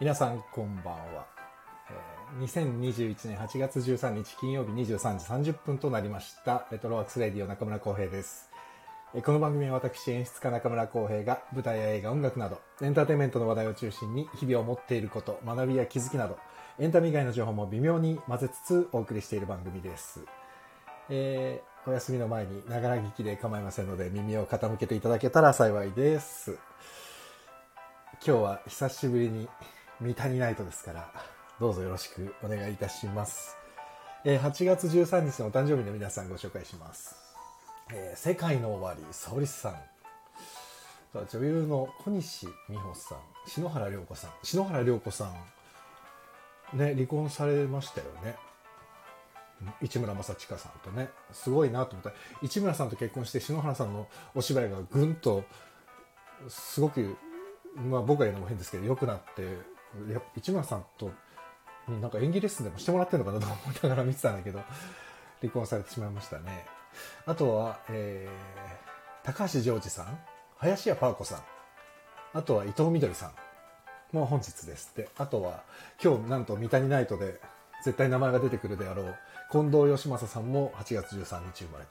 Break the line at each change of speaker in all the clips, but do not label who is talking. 皆さんこんばんは、えー2021年8月13日金曜日23時30分となりましたレトロワークスレディオ中村浩平ですえーこの番組は私演出家中村浩平が舞台や映画音楽などエンターテインメントの話題を中心に日々を持っていること学びや気づきなどエンタメ以外の情報も微妙に混ぜつつお送りしている番組ですえーお休みの前にながら聞きで構いませんので耳を傾けていただけたら幸いです今日は久しぶりに三谷ナイトですからどうぞよろしくお願いいたします、えー8月13日のお誕生日の皆さんご紹介します、えー世界の終わり沙織さん女優の小西美穂さん篠原涼子さん篠原涼子さんね離婚されましたよね市村正親さんとねすごいなと思った市村さんと結婚して篠原さんのお芝居がぐんとすごく、まあ、僕が言うのも変ですけど良くなってや市村さんとになんか演技レッスンでもしてもらってるのかなと思いながら見てたんだけど離婚されてしまいましたねあとは、えー高橋ジョージさん林家パー子さんあとは伊藤みどりさんもう本日ですってあとは今日なんと三谷ナイトで絶対名前が出てくるであろう近藤義正さんも8月13日生まれ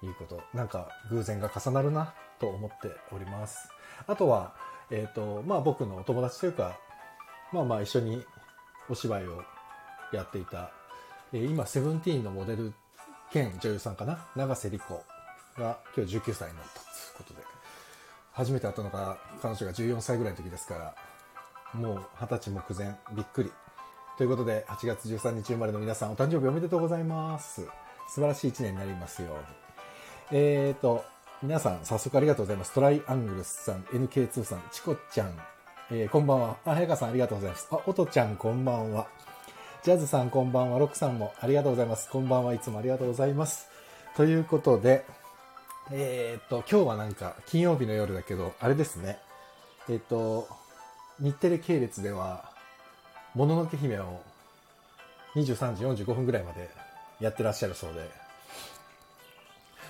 ということなんか偶然が重なるなと思っておりますあとはえっ、とまあ僕のお友達というかまあまあ一緒にお芝居をやっていた、えー今セブンティーンのモデル兼女優さんかな永瀬莉子が今日19歳になったということで初めて会ったのが彼女が14歳ぐらいの時ですからもう二十歳目前びっくりということで8月13日生まれの皆さんお誕生日おめでとうございます素晴らしい1年になりますようにえーと皆さん早速ありがとうございますトライアングルスさん NK2 さんチコちゃん、えーこんばんはあ早川さんありがとうございますあおとちゃんこんばんはジャズさんこんばんはロックさんもありがとうございますこんばんはいつもありがとうございますということでえー、っと、今日はなんか金曜日の夜だけど、あれですね。えーっと、日テレ系列では、もののけ姫を23時45分ぐらいまでやってらっしゃるそうで、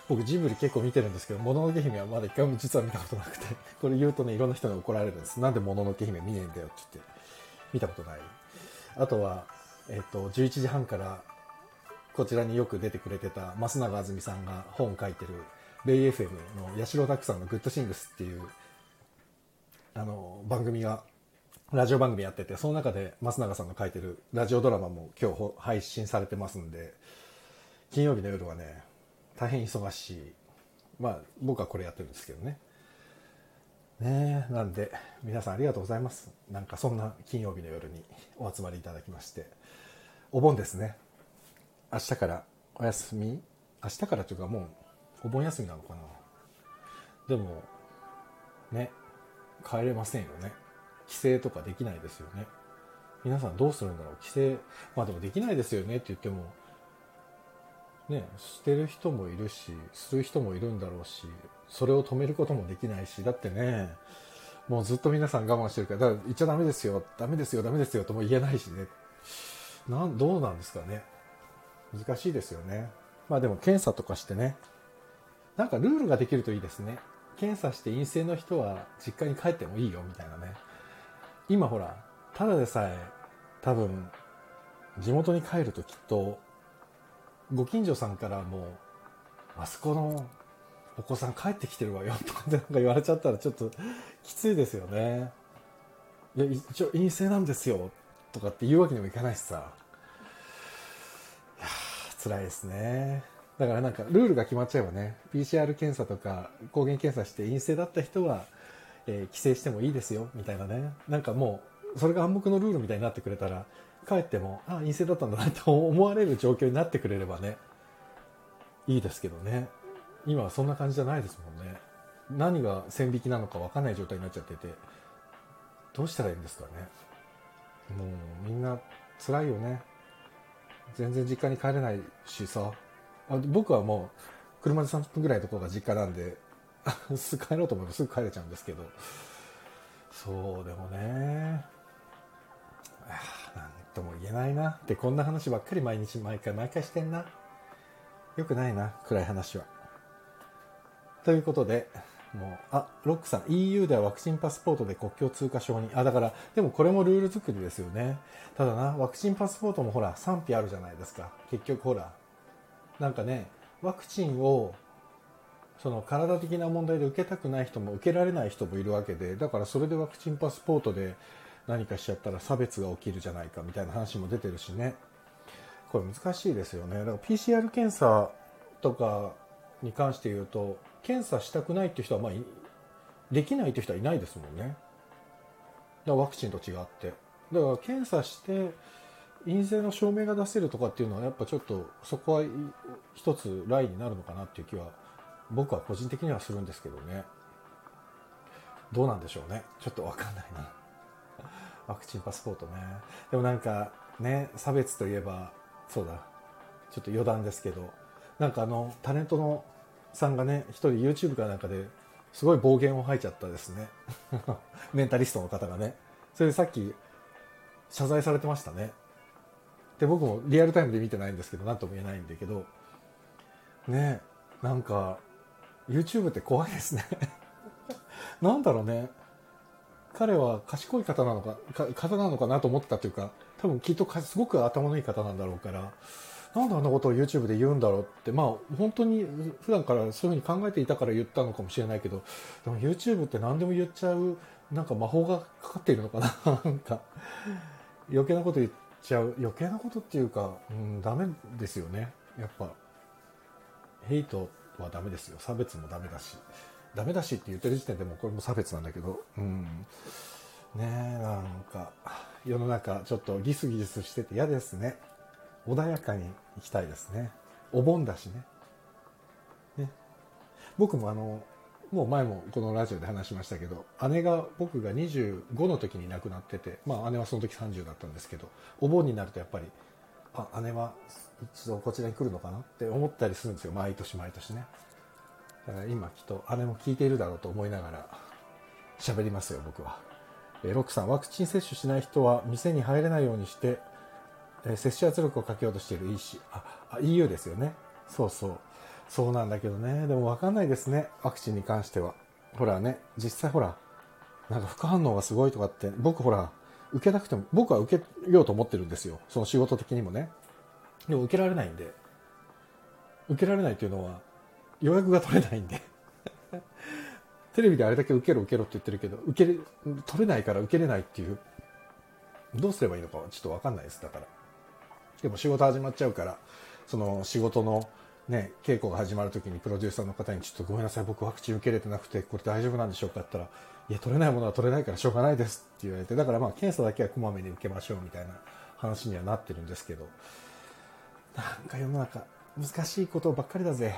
僕ジブリ結構見てるんですけど、もののけ姫はまだ一回も実は見たことなくて、これ言うとね、いろんな人に怒られるんです。なんでもののけ姫見ねえんだよって言って、見たことない。あとは、えーっと、11時半からこちらによく出てくれてた増永あずみさんが本を書いてるベイ FM の八代拓さんの「グッドシングス」っていうあの番組がラジオ番組やっててその中で増永さんの書いてるラジオドラマも今日ほ配信されてますんで金曜日の夜はね大変忙しいまあ僕はこれやってるんですけどねねえなんで皆さんありがとうございますなんかそんな金曜日の夜にお集まりいただきましてお盆ですね明日からお休み明日からというかもうお盆休みなのかなでもね帰れませんよね帰省とかできないですよね皆さんどうするんだろう帰省まあでもできないですよねって言ってもねしてる人もいるしする人もいるんだろうしそれを止めることもできないしだってねもうずっと皆さん我慢してるからだから言っちゃダメですよダメですよダメですよとも言えないしねなんどうなんですかね難しいですよねまあでも検査とかしてねなんかルールができるといいですね検査して陰性の人は実家に帰ってもいいよみたいなね今ほらただでさえ多分地元に帰るときっとご近所さんからもうあそこのお子さん帰ってきてるわよとかってなんか言われちゃったらちょっときついですよねいや一応陰性なんですよとかって言うわけにもいかないしさ辛いですねだからなんかルールが決まっちゃえばね PCR 検査とか抗原検査して陰性だった人は、えー帰省してもいいですよみたいなねなんかもうそれが暗黙のルールみたいになってくれたら帰ってもあ陰性だったんだなと思われる状況になってくれればねいいですけどね今はそんな感じじゃないですもんね何が線引きなのか分かんない状態になっちゃっててどうしたらいいんですかねもうみんな辛いよね全然実家に帰れないしさあ僕はもう車で30分ぐらいのところが実家なんで すぐ帰ろうと思えばすぐ帰れちゃうんですけどそうでもね何とも言えないなでこんな話ばっかり毎日毎回毎回してんなよくないな暗い話はということでもうあロックさん EU ではワクチンパスポートで国境通過承認あだからでもこれもルール作りですよねただなワクチンパスポートもほら賛否あるじゃないですか結局ほらなんかねワクチンをその体的な問題で受けたくない人も受けられない人もいるわけでだからそれでワクチンパスポートで何かしちゃったら差別が起きるじゃないかみたいな話も出てるしねこれ難しいですよねだから PCR 検査とかに関して言うと検査したくないっていう人はまあいできないっていう人はいないですもんねだからワクチンと違ってだから検査して陰性の証明が出せるとかっていうのはやっぱちょっとそこはい一つラインになるのかなっていう気は僕は個人的にはするんですけどねどうなんでしょうねちょっとわかんないな ワクチンパスポートねでもなんかね差別といえばそうだちょっと余談ですけどなんかあのタレントのさんがね一人 YouTube かなんかですごい暴言を吐いちゃったですね メンタリストの方がねそれでさっき謝罪されてましたねで僕もリアルタイムで見てないんですけど何とも言えないんだけどねえなんか YouTube って怖いですね なんだろうね彼は賢い方なのかか方なのかなと思ってたというか多分きっとかすごく頭のいい方なんだろうからなんであんなことを YouTube で言うんだろうってまあ本当に普段からそういうふうに考えていたから言ったのかもしれないけどでも YouTube って何でも言っちゃうなんか魔法がかかっているのかななんか余計なこと言っちゃう余計なことっていうか、うん、ダメですよねやっぱヘイトはダメですよ差別もダメだしダメだしって言ってる時点でもうこれも差別なんだけどうんねえなんか世の中ちょっとギスギスしてて嫌ですね穏やかに行きたいですねお盆だしねね僕もあのもう前もこのラジオで話しましたけど姉が僕が25の時に亡くなっててまあ姉はその時30だったんですけどお盆になるとやっぱりあ姉は一度こちらに来るのかなって思ったりするんですよ毎年毎年ねだから今きっと姉も聞いているだろうと思いながら喋りますよ僕はえーロックさんワクチン接種しない人は店に入れないようにしてえー接種圧力をかけようとしている EC ああ EU ですよねそうそうそうなんだけどねでも分かんないですねワクチンに関してはほらね実際ほらなんか副反応がすごいとかって僕ほら受けなくても僕は受けようと思ってるんですよその仕事的にもねでも受けられないんで受けられないというのは予約が取れないんで テレビであれだけ受けろ受けろって言ってるけど受けれ取れないから受けれないっていうどうすればいいのかはちょっと分かんないですだからでも仕事始まっちゃうから、その仕事のね、稽古が始まるときにプロデューサーの方にちょっとごめんなさい、僕ワクチン受けれてなくて、これ大丈夫なんでしょうかって言ったら、いや、取れないものは取れないからしょうがないですって言われて、だからまあ検査だけはこまめに受けましょうみたいな話にはなってるんですけど、なんか世の中難しいことばっかりだぜ。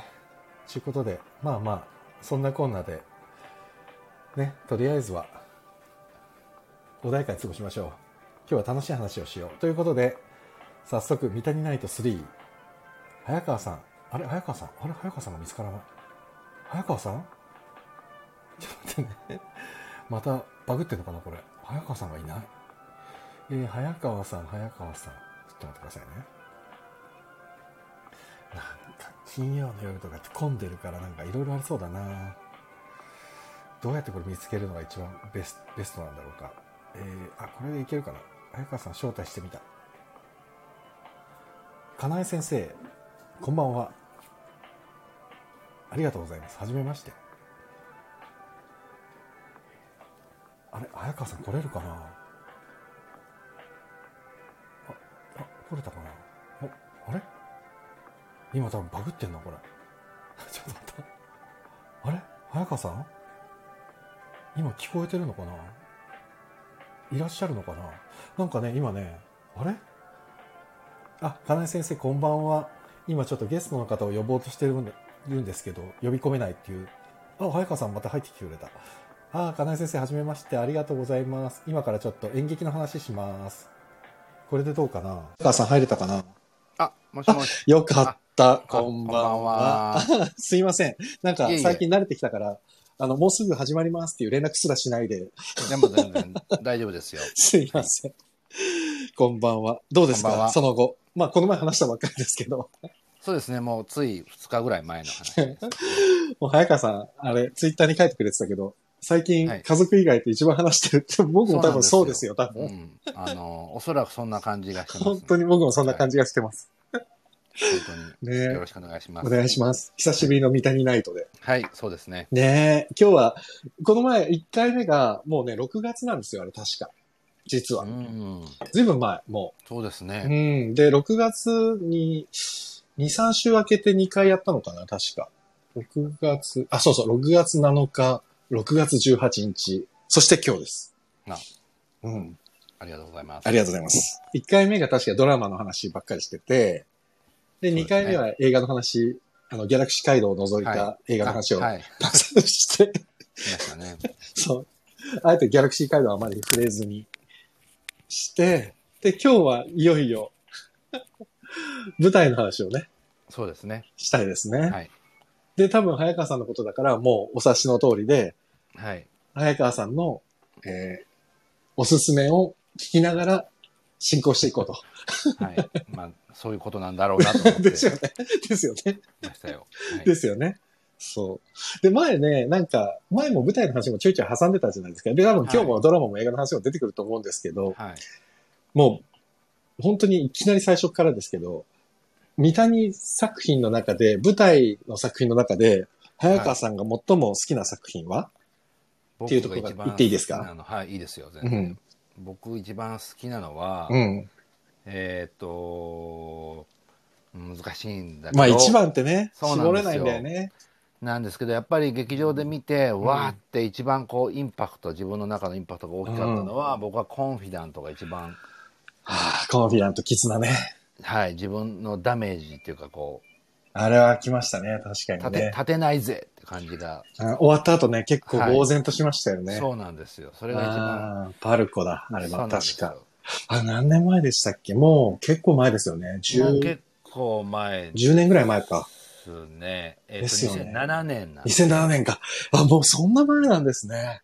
ということで、まあまあ、そんなこんなで、ね、とりあえずは、穏やかに過ごしましょう。今日は楽しい話をしよう。ということで、早速、三谷ナイト3。早川さん。あれ早川さんあれ早川さんが見つからない。早川さんちょっと待ってね。また、バグってんのかなこれ。早川さんがいない。えー、早川さん、早川さん。ちょっと待ってくださいね。なんか、金曜の夜とかって混んでるからなんかいろいろありそうだなどうやってこれ見つけるのが一番ベスベストなんだろうか。えー、あ、これでいけるかな。早川さん招待してみた。金井先生こんばんはありがとうございますはじめましてあれ早川さん来れるかなああ来れたかなああれ今多分バグってんのこれ ちょっと待ってあれ早川さん今聞こえてるのかないらっしゃるのかななんかね今ねあれあ、金井先生、こんばんは。今ちょっとゲストの方を呼ぼうとしてるんでるんですけど、呼び込めないっていう。あ、早川さんまた入ってきてくれた。あ、金井先生、はじめまして。ありがとうございます。今からちょっと演劇の話します。これでどうかな早川さん入れたかな
あ、もしもし。
よかった。
あ
こんばんは。
こんばん
すいません。なんか
いえいえ
最近慣れてきたから、あの、もうすぐ始まりますっていう連絡すらしないで、
でも全然大丈夫ですよ。
すいません。こんばんは。どうです
こんばん
か
は
その後。まあ、この前話したばっかりですけど。
そうですね、もうつい2日ぐらい前の話です。
もう早川さん、あれ、ツイッターに書いてくれてたけど、最近、
はい
家族以外と一番話してる って、僕 も多分そうですよ、多
う
分。
ん。あの、おそらくそんな感じがしてます、
本当に僕もそんな感じがしてます。
はい。本当
ね
に。
え
よろしくお願いします。
お願いします。久しぶりの三谷ナイトで。
はい、そうですね。
ねえ、今日は、この前1回目が、もうね、6月なんですよ、あれ確か。実
う
は。
ん。
ずいぶん前、も
そうです
う。う
ね。
ん。で、6月に、2、3週明けて2回やったのかな、確か。6月、あ、そうそう、6月7日、6月18日、そして今日です。
な
うん。
ありがとうございます。
ありがとうございます。1回目が確かドラマの話ばっかりしてて、で、
そうですね
2回目は映画の話、あの、ギャラクシー街道を除いた
は
映画の話を
あはい。
たくさん して、
しましたね。
そう。あえてギャラクシー街道はあまり触れずにして、で、今日はいよいよ、舞台の話をね、
そうですね。
したいですね。
はい。
で、多分早川さんのことだから、もうお察しの通りで、
はい。
早川さんの、えーおすすめを聞きながら進行していこうと。
はい。まあ、そういうことなんだろうなと思って
ですよね。ですよね。
ましたよ。はい
ですよね。そう。で、前ね、なんか、前も舞台の話もちょいちょい挟んでたじゃないですか。で、多分今日もドラマも映画の話も出てくると思うんですけど、
はい。
もう、本当にいきなり最初からですけど、三谷作品の中で、舞台の作品の中で、早川さんが最も好きな作品は、
って
いうところが言っていいですか
はい、いいですよ、全
う
然。
ん。
僕一番好きなのは、
うん。
えーっ、と、難しいんだけど、
まあ一番ってね、
そうな
絞
ん
れ
ですよ
ないんだよね。
なんですけど、やっぱり劇場で見て、わーって一番こう、インパクト、自分の中のインパクトが大きかったのは、僕はコンフィダントが一番、
はあ、コンフィダント、絆ね。
はい、自分のダメージっていうか、こ
あれは来ましたね、確
う、
か
立
に
て,、
ね。
立てないぜって感じが、
あ終わった後ね、結構
はい
呆然としましたよね。
そうなんですよ。それが一番、
ああ、パルコだ、あれ
そうな
は
んです
確
よ
か。。あ、何年前でしたっけもう結構前ですよね。
もう
10、
結構前で
10年ぐらい前か。
すね。え
で
っ、
すよ
と、
ね
2007年なんです
2007年か。あ、もうそんな前なんですね。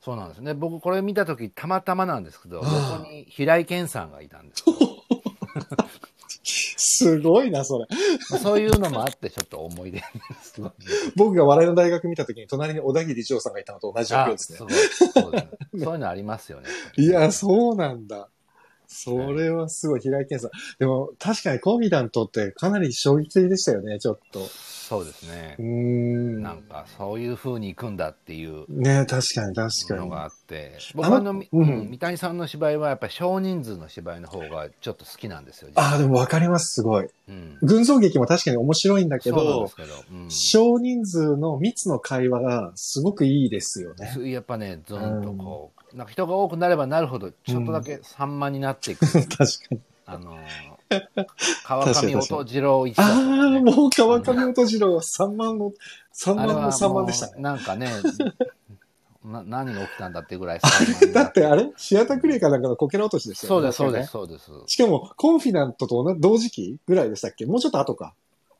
そうなんですね。僕これ見たとき、たまたまなんですけど、
ああ
横に平井堅さんがいた んですよ。
すごいな、それ。
まあそういうのもあって、ちょっと思い出で すごい。
僕が笑いの大学見た時に隣に小田切長さんがいたのと同じ状況
あ
ですね
す。ごいそうですねそういうのありますよね。
いや、そうなんだ。それはすごい、平井堅さん。でも、確かにコンフィダントってかなり衝撃的でしたよね、ちょっと。
そうですね
うー。ん。
なんか、そういう風に行くんだっていう
ね、確かに、確か
の
に。
があって、
あ
僕
の
あの、み
う
うんん三谷さんの芝居は、やっぱり少人数の芝居の方がちょっと好きなんですよ。実は
ああ、でもわかります、すごい。
うん。
群像劇も確かに面白いんだけ
そうなんで
ど
す、けど、うん
少人数の密の会話がすごくいいですよ ね。
やっぱね、ずんとこう、なんか人が多くなればなるほど、ちょっとだけ散漫になっていく。
確かに。
あのー川上音次郎一座とかね、
ああ、もう川上音次郎は3万の、3
あ
万
れは
の3万でした
もう
ね。
なんかね、な何が起きたんだってぐらい散漫にな
だってあれシアタークリエかなんかのこけら落としでした
そ
よ
う
ね。
です、そう
確かね。
です、そうです。
しかも、コンフィダントと同同時期ぐらいでしたっけもうちょっと後か。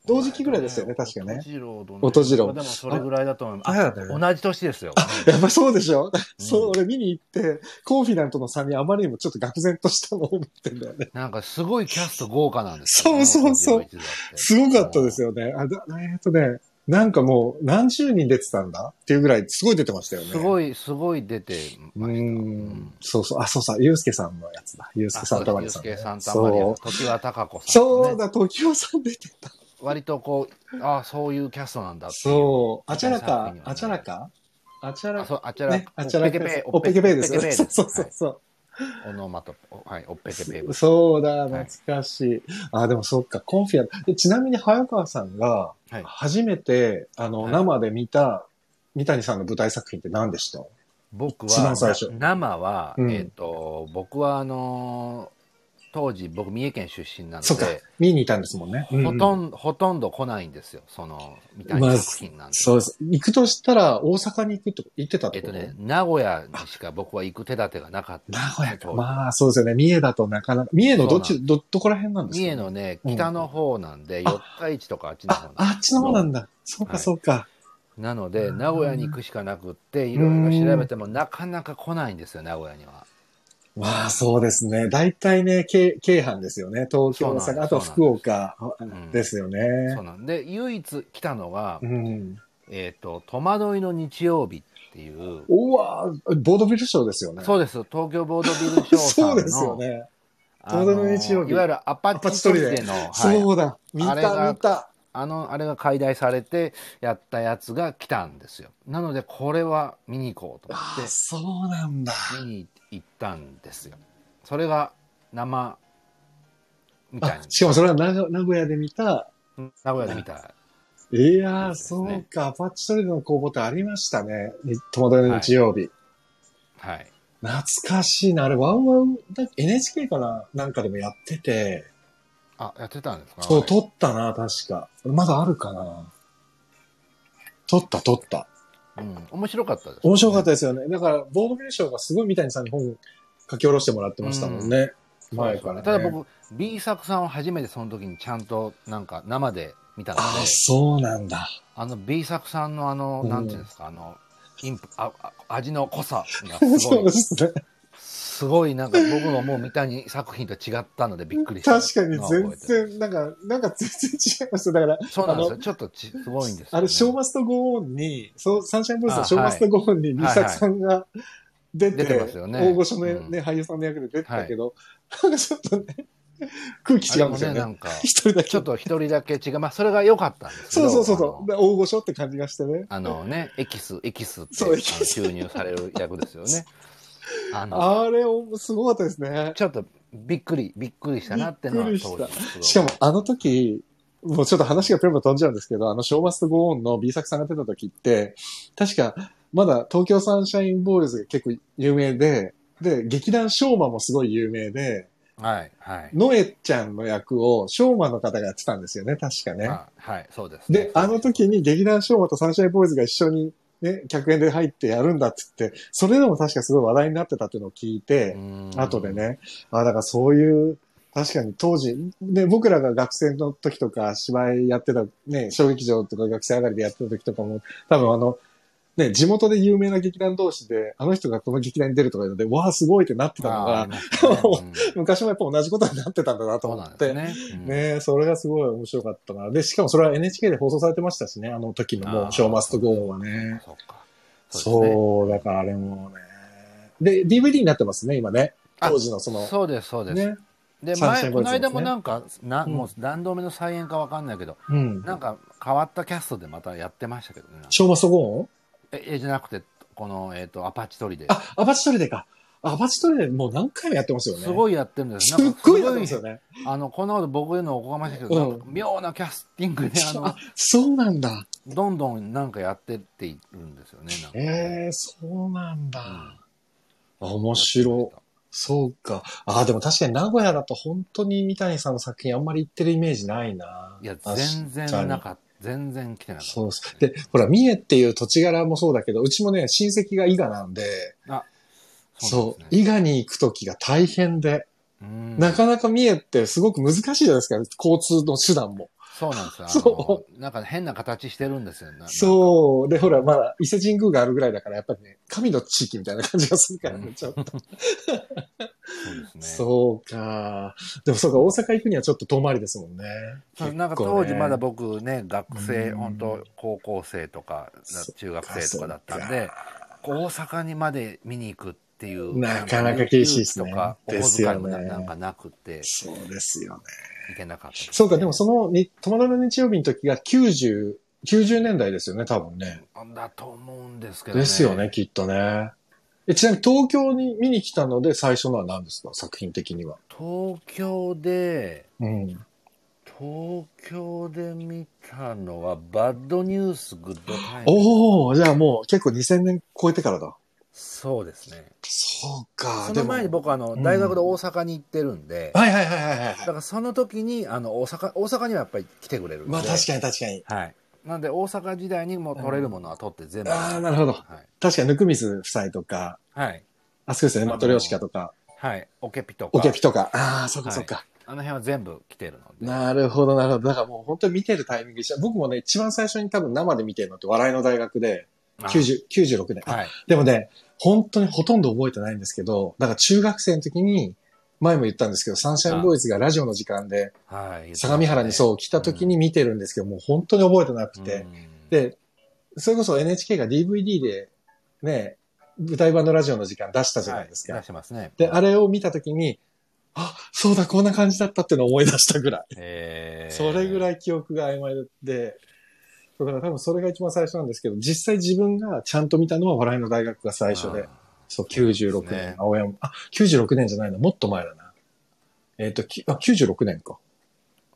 同時期ぐらいですよね、確かね
音。次郎とね
音次郎
でもそれぐらいだと思います。
あだね。
同じ年ですよ。
やっぱそうでしょ、
うん
そう、俺見に行って、コンフィダントの差にあまりにもちょっと愕然としたのを思ってんだよね。
なんかすごいキャスト豪華なんですよ、
そうそうそう
音次郎一座って
すごかったですよね。あだえっとね、なんかもう何十人出てたんだっていうぐらいすごい出てましたよね。
す
い。
ごい、すごい出て
う
ました。
ん。そうそう。あ、そうさ、ゆうすけさんのやつだ。ゆうすけさんたまりさんね。
サンタマリ
そう
ア、。時は高子さんとね、
そうだ、時代さん出てた。
割とこう、ああ、そういうキャストなんだっていう。
そう。あちゃら
作
か
品に、はね
あちゃらかあちゃら
あ、
か。
そう、あちゃら、
ね、あちゃら
おっぺけぺ
おっぺけぺですよね。 そう
おっぺ
そ
けぺ
うそうそう。
はいオノマトペ、はい、おっぺけぺです。
そうだ、懐かしい。あ、でもそっか、コンフィアンでちなみに早川さんが、
はい
初めて、あの、
はい
生で見た、三谷さんの舞台作品って何でした
僕
一
は
番最初、
な生は、
うん
えっ、と、僕はあのー当時、僕、三重県出身なの
そっか
で、、
見に行ったんですもんね。
ほと
ど。
んど、ほとんど来ないんですよ、その、みたいな作品なんで。
そうです。行くとしたら、大阪に行くって言ってたっ
え
て
っ
ことと、
ね、名古屋にしか僕は行く手立てがなかった。
名古屋か。
当時
まあ、そうですよね。三重だとなかなか、三重のどっ
そう
ち、ど、どこら辺なんですか
三重のね、
うん
北の方なんで、
あ
四日市とかあっちの方
あ、
なんで
あっちの方なんだ。そう
は
か、
い
そうか。
なので、名古屋に行くしかなくって、いろいろ調べても、なかなか来ないんですよ、名古屋には。
まあそうですね。大体ね、京京阪ですよね。東京、
そう
大
なんです
阪、あと福岡
ん
ですよね。
そうなんで唯一来たのが
う、ん。
えっと「戸惑いの日曜日」っていう
うわーボードビル賞ですよね。
そうです東京ボードビル賞さ
そ
ん
う
の
ですよね。
あ
戸惑いの日曜日
いわゆるアパッチトリデの、はい、
そうだ。見
あれが
た見た。
あのあれが解体されてやったやつが来たんですよなのでこれは見に行こうと思
あ
っ
ーそうなんだ。
て見に行ったんですよそれが生みたい
あ
に
しかもそれは名古名古屋で見た。
名古屋で見た
いやー、
そ
そ
うですね
うか。アパッチトリデの公募ってありましたね。に戸惑いの日曜日。
はい
懐かしいな。あれ、ワンワン、だ NHK かななんかでもやってて、
あやってたんですか
そう、撮ったな、確か。まだあるかな撮った、撮った。
うん、面白かったです、
面白かったですよね。だから、ボードビル賞がすごい三谷さんに本書き下ろしてもらってましたもんね。前から、ね。
ただ僕 B 作さんを初めてその時にちゃんとなんか生で見たので
ああ、そうなんだ。
あの B 作さんのあの、
うん
なんていうんですかあのインプああ味の濃さがす ご
そう
い
ですね。
すごいなんか僕のもう三谷作品と違ったのでびっくりした
確かに
のを覚え
全
てる
然、なんか、なんか全然違いました。だから、
そうなんです
あ
よちょっとちすごいんですよね、
あれ、ショーマストゴーンに、そう、サンシャインボーイズのショー
あは
マス
い
トゴーンに、
い
美作さんが出て、
出てますよね
大御所の、ね
うん
俳優さんの役で出てたけど、なんかちょっとね、空気違
あ
う
れ
ん
も
ですよ
ねな
ね。
んか
一人だけ。
ちょっと一人だけ違うまあそれが良かったんですけ
そう
ど
そうそう
あ
そ
の
う。大御所って感じがしてね。
あのね、エキス、エキスって
そうエキス
あの注入される役ですよね。あの、
あれ、すごかったですね。
ちょっとびっくり、びっくりしたなってのは
びっくりした
当時すごい
しかも、あの時、もうちょっと話がペンポン飛んじゃうんですけど、あの、ショーマストゴーンの B 作さんが出た時って、確か、まだ東京サンシャインボーイズが結構有名で、で、劇団ショーマもすごい有名で、
はい、はい。
ノエちゃんの役をショーマンの方がやってたんですよね、確かね。
あはい、そうです、
で、あの時に劇団ショーマンとサンシャインボーイズが一緒にね、客演で入ってやるんだって言って、それでも確かすごい話題になってたっていうのを聞いて、後で。ね、あ、だからそういう、確かに当時、ね、僕らが学生の時とか芝居やってた、ね、小劇場とか学生上がりでやってた時とかも、多分あの、ね、地元で有名な劇団同士で、あの人がこの劇団に出るとかいうので、わあ、すごいってなって
う
た
ん
の
ああり
が、
ますねうん
昔もやっぱ同じことになってたんだなと
そう
思
なん
っ
で
て、
すね。うん
ねえ、それがすごい面白かったな。で、しかもそれは NHK で放送されてましたしね、あの時のも
あー
う、ショーマストゴーンはね。
そっか。
そう
ですね
だからあれもね。で、DVD になってますね、今ね。
あ
当時のその、
そうです、そうです。
ね。
で、
サンシャイン
前、
ボ
こ
ーイ
の
ズですね
間もなんか、な
うん
もう何度目の再演かわかんないけど、
うん。
なんか変わったキャストでまたやってましたけどね。
ショーマストゴーン
え、えじゃなくて、この、えっ、と、アパッチトリで。
あ、アパッチトリデか。アパッチトリデもう何回もやってますよね。
す
い。
ごいやってるんです
すっ
よなんか
ごいやってますよね。
あの、こんなこと僕言うのおこがましいけど、
うん
なんか妙なキャスティングで、あの
あ、、そうなんだ。
どんどんなんかやってっているんですよね。なんか
ええそうなんだ。
うん
あ面白い。そうか。ああ、でも確かに名古屋だと本当に三谷さんの作品あんまり行ってるイメージないな。
いや、全然なかった。全然来てなかった。
そうです。で、ほら、三重っていう土地柄もそうだけど、うちもね、親戚が伊賀なんで、そう
なんですね
伊賀に行くときが大変で、
うん
なかなか三重ってすごく難しいじゃないですか、交通の手段も。
そうなんですよ。
そ
あのなんか変な形してるんですよ。な
そう。で、ほら、まだ伊勢神宮があるぐらいだから、やっぱりね、神の地域みたいな感じがするから
う
ね
ん、
ちょっと。
なんかそうですね。
そうか。でもそうか、大阪行くにはちょっと遠回りですもんね。
そうなんか
結構
当
ね
時まだ僕ね、学生、
うん
本当高校生とか
そ、
中学生とかだったんで、大阪にまで見に行くっていう。
なかなか厳しいですね
とか、お
です
小遣
よ
いも
ね
ななんかなくて、
そうですよね。
いけなかったすね、
そうか、でもそのに、友達の日曜日の時が90、90年代ですよね、多分ね。
だと思うんですけどね。
ですよね、。きっとね。えちなみに東京に見に来たので最初のは何ですか作品的には。
東京で、
うん。
東京で見たのは、バッドニュース、グッドタイム。
おおじゃあもう結構2000年超えてからだ。
そうですね。
そうか。
その前に
でも
僕、あの、
うん
大学で大阪に行ってるんで、
はいはいはいはいはい
だか
はい。
らその時に、あの、大阪、大阪にはやっぱり来てくれるんで。
まあ確かに確かに。
に。はい。なんで、大阪時代にもう取れるものは取って全部。
ああ、なるほど。
はい。
確かに、ぬくみず夫妻とか、
はい。
あそこですよね、マトリョーシカとか、
はい。オケピとか。
オケピとか。ああ、そうかそうか。
あの辺は全部来てるので。
なるほど、なるほど。だからもう本当に見てるタイミング一緒。僕もね、一番最初に多分生で見てるのって笑いの大学で、
あ
90 96年。
はい。
でもね、本当にほとんど覚えてないんですけど、だから中学生の時に、前も言ったんですけど、サンシャインボーイズがラジオの時間で、
はい。
相模原にそう来た時に見てるんですけど、もう本当に覚えてなく
うん
て。、で、それこそ NHK が DVD で、ね、舞台版のラジオの時間出したじゃないですか。
はい出してますね。
で、あれを見た時に、あ、そうだ、こんな感じだったっていうのを思い出したぐらい。
えー
それぐらい記憶が曖昧で、だから多分それが一番最初なんですけど、実際自分がちゃんと見たのは笑いの大学が最初で、。そう、96
そうです
年
ね、
青山、あ、96年じゃないの、もっと前だな。えっ、と、きあ、96年か。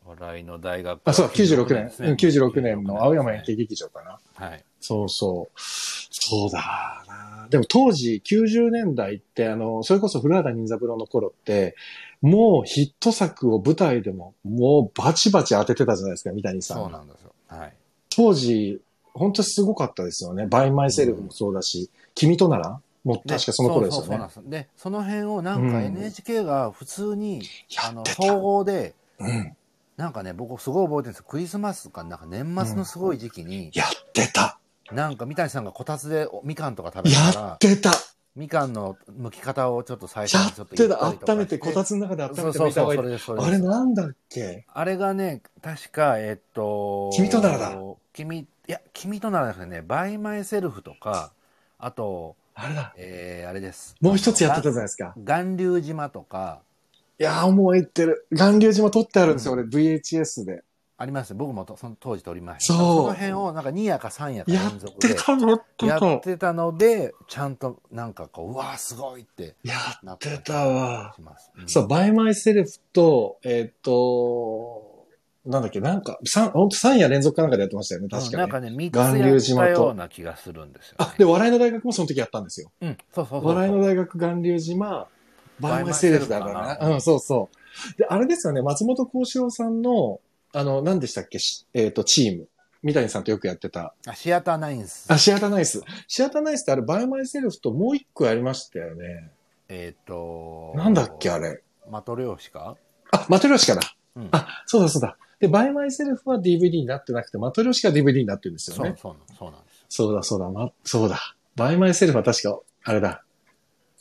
笑いの大学
あ、そう、96年。
です
うん、96年の青山演
劇
劇劇場かな。
はい。
そうそう。そうだな。でも当時、90年代って、あの、それこそ古畑任三郎の頃って、もうヒット作を舞台でも、もうバチバチ当ててたじゃないですか、三谷さん。
そうなんですよ。はい。
当時、本当すごかったですよね。バイマイセルフもそうだし、君とならもう確かその頃ですよ
そうそ
ね
う。そうなんですで、その辺をなんか
うん
NHK が普通に、あ
や
の
ってた。
総合で、
うん。
なんかね、僕すごい覚えてるんですよクリスマスかなんか年末のすごい時期に、
やってた。
なんか三谷さんがこたつでおみかんとか食べなが
や
ら
っ、てた。
みかんの剥き方をちょっと最初
や
にちょ
っ
っと言
て。
ったたりとか
温めて、こた
つ
つの中で温
そ
め
う
て
そ
お
う
いた
そ
方
う、
が
そ
いい。
れです、それ
あ
で
れ
す。
なんだっけ
あれがね、確か、えっと、
君とならだ。
君、いや、君とならですね、バイマイセルフとか、あと、
あれだ。
えー、あれです。
もう一つやってたじゃない
で
ですか。
すか。巌流島とか、
いやー、もう言ってる。巌流島撮ってあるんですよ、
うん
俺、VHS で。
ありますね。僕もとその当時撮りました。
そう
の辺を、なんか2やか3やか
や
連
っ
続で
てた、やって
や
た。
ってたので、ちゃんとなんかこう、うわーすごいって
や
なっ
ってたわ。
します。
そう、バイマイセルフと、えーっと、なんだっけ、なんか、三、本当三夜連続かなんかでやってましたよね、
うん
確かに。
なんかね、3
巌流
つやっ
島
た
と
ような気がするんですよ、ね。
あ、で、笑いの大学もその時やったんですよ。
うん、そうそうそうそう。
笑いの大学、巌流島、バイマイセルフだ
バイマイセ
か
ル
ら
フか
ね。
な
うん、そうそう。で、あれですよね、松本幸四郎さんの、あの、何でしたっけ、しえーっと、チーム。三谷さんとよくやってた。
あ、シアターナインス。
あ、シアターナイス。シアターナイスってあれ、バイマイセルフともう一個やりましたよね。
えっ、と、
なんだっけ、あれ。
マトリョーシカ
あ、マトリョーシカだ。
うん
あ、そうだそうだ。で、バイマイセルフは DVD になってなくて、マトリョーシカは DVD になってるんですよ
そう
ね。
そうなんそうなんですよ。
そうだそうだ、ま、そうだ。バイマイセルフは確か、あれだ。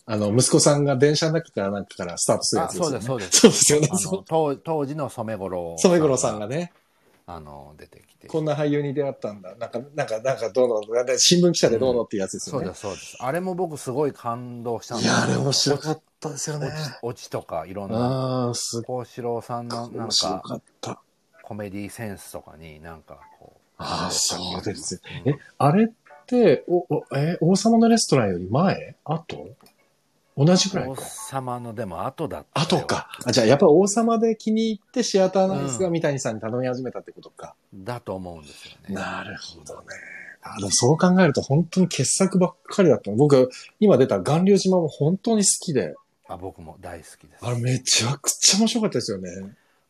あの、息子さんが電車の中からなんかからスタートするや
あ、
つです
そ
よ
う
ね。
です、そうです。
そうですよね。
あの当当時の染五郎
染五郎さんがね、
あの出てきて
こんな俳優に出会ったんだ。なんか、なんか、なんかどうの、なんか新聞記者でどうのっていうやつです
そ
よ
う
ね。
ですそうですあれも僕すごい感動した
い
んです
や、あれ面白かったですよね
落。ち落ちとかいろんな
ああ、すっ
幸四郎さんの
ごい
なん
面白
か
かった。
コメディセンスとかになんかこう
ああ、そうです。
うん
え、あれって、お、お、え、王様のレストランより前あと同じくらい
王
か。
様のでも後だった
あ
よ
とか。あ、じゃあやっぱ王様で気に入ってシアターナイスが三谷さんに頼み始めたってことか。
だと思うんですよね
なるほどね。あでもそう考えると本当に傑作ばっかりだったの。僕、今出た巌流島も本当に好きで、
あ僕も大好きです
あれめちゃくちゃ面白かったですよね。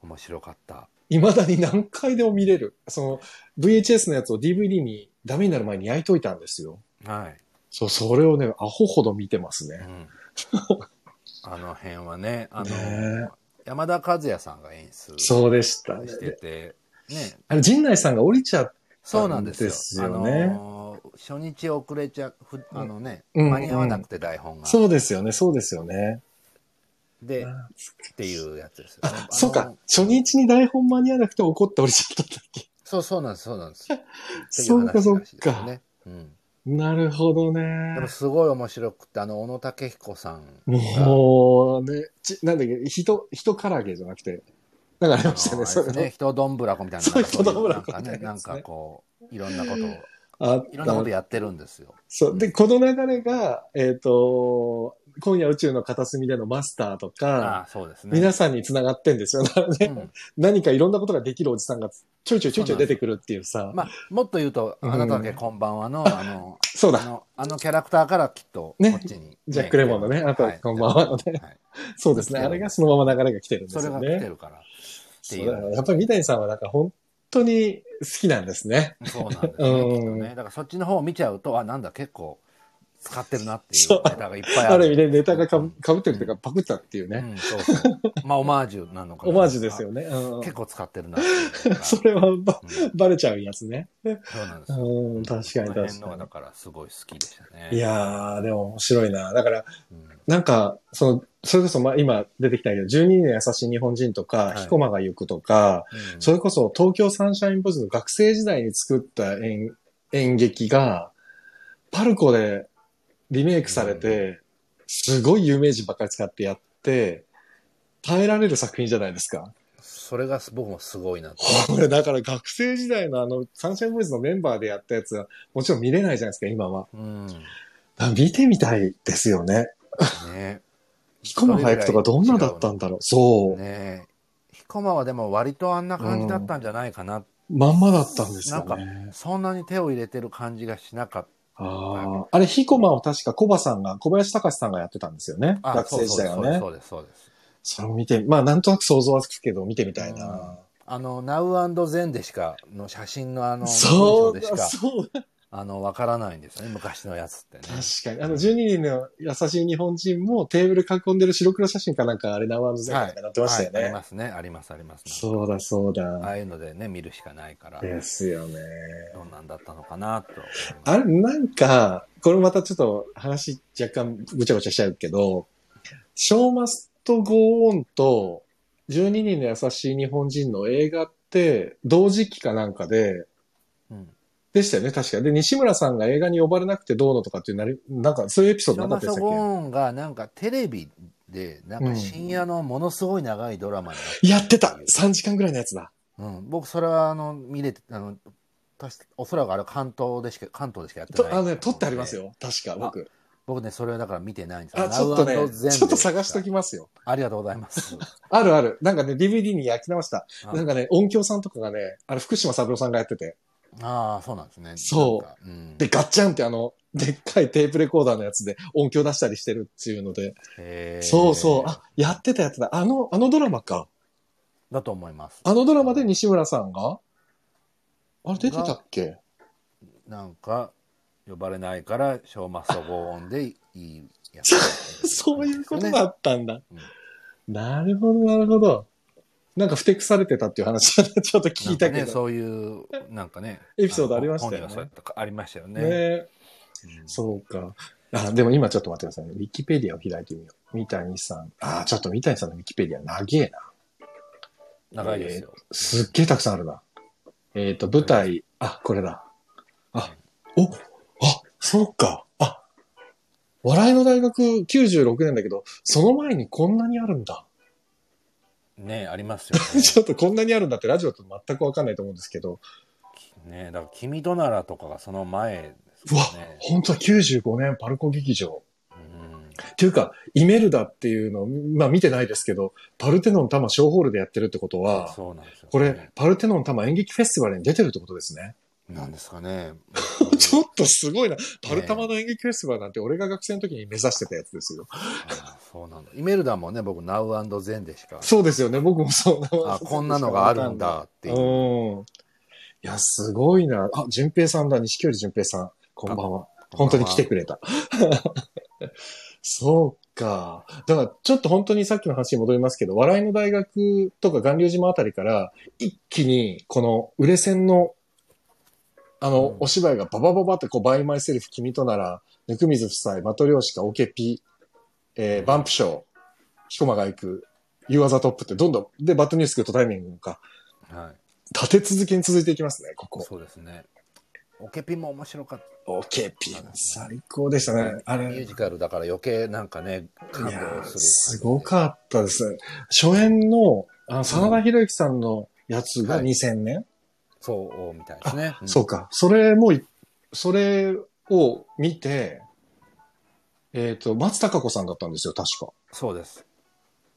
面白かった
未だに何回でも見れる。その VHS のやつを DVD にダメになる前に焼いといたんですよ。
はい、
そう、それをね、アホほど見てます
う
ね。
ん、あの辺はねあの
ね
山田和也さんが演出
そうでした。
しててね
あれ、陣内さんが降りちゃっ
そうなんですよ。
ですよね
あのー初日遅れちゃ、ふあのね、
うん
間に合わなくて台本が。
そうですよね、そうですよね。
で、
あ
っていうやつですよね、
あ、そう
あ
か
の。。
初日に台本間に合わなくて怒って降りちゃったんだっけ。
そう、そうなんです、そうなんです。ってい
そうか
話
そう
ら
か
しいですよね。うん。
なるほどね。
でもすごい面白くて、あの、小野武彦さんが。
もうね、ちなんだっけ、人、人唐揚げじゃなくて。なんかあり
あの
ましたよね、
あ
そ
れ
れ
ですね、
ね。
人どんぶらこみたいな。
そう人どんぶ
な
ら
ん
こ
か
みた
ね、
いな
な
や
ん
つね
かこう、いろんなことを、
あ
いろんなことやってるんですよ。
そう。で、この流れが、えっ、と、今夜宇宙の片隅でのマスターと
あ
か、
あ、そうですね。
皆さんに繋がってんですよ。だからね、
うん
何かいろんなことができるおじさんがちょいちょいちょいちょい出てくるっていうさ。
まあ、もっと言うと、
うん
あなただけこんばんはの、あの、
そう
あ
だ。
のあのキャラクターからきっと、こ
ね
っちに、
ジャックレモンのね
来
あ
てる
なただけこんばんはのね
い
そうですね。あれがそのまま流れが来てるんで
そ
す
れ
よ
が
ね。
来てるから。ってい
そうだから
う。
やっぱり三谷さんはなんか本当に好きなんですね。
そうなんですね。
うん
きっとねだからそっちの方を見ちゃうと、あ、なんだ、結構、使ってるなっていうネタがいっぱいある。
ある意味でネタがかぶ被ってるというか、パクったっていう
う
ね。
ん、そうそう。まあ、オマージュなのかな
オマージュですよ。ね。うん
結構使ってるなっていうの が
それはば
うん
バレちゃうやつね。
そうなんですよ。
うん、確かに
この辺
確
のが
か
だからすごい好きでしたね。
に。いやー、でも面白いな。だから、
うん、
なんか、その、それこそ、まあ、今出てきたけど、12人の優しい日本人とか、
はい
ヒコマが行くとか、
うん
それこそ東京サンシャインボーイズの学生時代に作った演演劇が、パルコでリメイクされて、すごい有名人ばっかり使ってやって、耐えられる作品じゃないですか。
それがす僕もすごいなと。
これだから学生時代のあのサンシャインボーイズのメンバーでやったやつはもちろん見れないじゃないですか、今は。
うん。
だから見てみたいですよね。
ね。
彦間俳句とかどんなだったんだろう。そう。
ね彦間はでも割とあんな感じだったんじゃないかな。
まんまだったんですよ
な
ね。
そんなに手を入れてる感じがしなかっ
ああ。あれ、ヒコマを確かコバさんが、小林隆さんがやってたんですよね。
た。あ
学生時代はね
そ。うです、そうですそうです。そうです
それを見て、まあ、なんとなく想像はつくけど、見てみたいな。
あの、Now Zen でしか、の写真のあの、
そう
文
だ、
章でしか、
そうだ。
あの、わからないんですよね、昔のやつってね。
確かに。あの、12人の優しい日本人もテーブル囲んでる白黒写真かなんか、あれ、ナワンズゼンかなってましたよ
はいあ
ね。
りますね、あります、あります。
そうだ、そう
あ
だ。
あいうのでね、見るしかないから、
ですよね。
どんなんだったのかなと思います。
あれ、なんか、これまたちょっと話若干ぐちゃぐちゃしちゃうけど、ショーマストゴーオンと12人の優しい日本人の映画って同時期かなんかで、
うん。
でしたよね、確か。で、西村さんが映画に呼ばれなくてどうのとかっていうなり、なんかそういうエピソー
シ
ド
ョ
な
ー
かった
マス
で
ト
したっ
ゴ
け
ーンがなんかテレビで、なんか深夜のものすごい長いドラマになって
やってた !3 時間ぐらいのやつだ。
うん、僕それはあの見れてあの確かおそらくあれは関東でしか関東でしかやってない
と、あのね、撮ってありますよ。確か、僕。
僕ねそれはだから見てないんです
あ、ちょっとね、ちょっと探しと
き
きますよ。
ありがとうございます
あるある。なんかね、DVD に焼き直した。
あ
なんかね、音響さんとかがね、あれ、福島三郎さんがやってて。
ああそうなんですね
そう
なんかうん、
で、ガッチャンってあの、でっかいテープレコーダーのやつで音響出したりしてるっていうので。
へー
そうそう。あ、やってたやつだ。あの、あのドラマか。
だと思います
あのドラマで西村さんがあれ出てたっけ
なんか呼ばれないからショーマストゴーオンでいいやつ
そういうこと
ね
だったんだ。
うん
なるほど、なるほど。なんか不適されてたっていう話はねちょっと聞いたけ
なんかね、
ど。
そういうなんかね
エピソードありましたよね
あの本人はそうやったかありましたよね
ねえ
うん
そうか。あ、でも今ちょっと待ってくださいね。ウィキペディアを開いてみよう。三谷さん。あ、ちょっと三谷さんのウィキペディア長えな。
長いですよ、
すっげえたくさんあるな。えっ、と、舞台、あ、これだ。あ、お、あ、そうか。あ、笑いの大学96年だけど、その前にこんなにあるんだ。
ねありますよね
ちょっとこんなにあるんだってラジオと全くわかんないと思うんですけど、
ねだから「君となら」とかがその前で
う
す
わ
よね、
本当は95年パルコ劇場。
うん、
っていうか、イメルダっていうのを、まあ見てないですけど、パルテノン多摩小ホールでやってるってことは、
そうなんですよ、ね、
これ、パルテノン多摩演劇フェスティバルに出てるってことですね。
なんです かね
ちょっとすごいな。パルタマの演劇フェスティバルなんて俺が学生の時に目指してたやつですよ。
あそうなんだイメルダもね僕「Now&Zen」でしか
そうですよね。僕もそう
あこんなのがあるん。だって
う
い
ん。
う
いや、すごいな。あ、淳平さんだ。錦織淳平さん。こんばんは。本当に来てくれた。 そうか。だから、ちょっと本当にさっきの話に戻りますけど、笑いの大学とか巌流島あたりから、一気に、この、売れ線の、あの、
うん
お芝居がババババって、こう、バイマイセルフ、君となら、ぬくみず夫妻、マトリョーシカ、オケピ、えーバンプショー、ヒコマが行く、ユーアザトップって、どんどん、で、バッドニュース来るとタイミングか、
はい
立て続けに続いていきますね、ここ。
そうですねオケピも面白かっ
オケピ、最高でした
た、
ね。あれ、
ミュージカルだから余計なんかね感
いや
動
ー
する
すごかったです。初演の、あの、真田広之さんのやつが
はい
2000年、
そうみたいですね、ん
そうか。それもい、それを見て、えっ、と、松たか子さんだったんですよ、確か。
そうです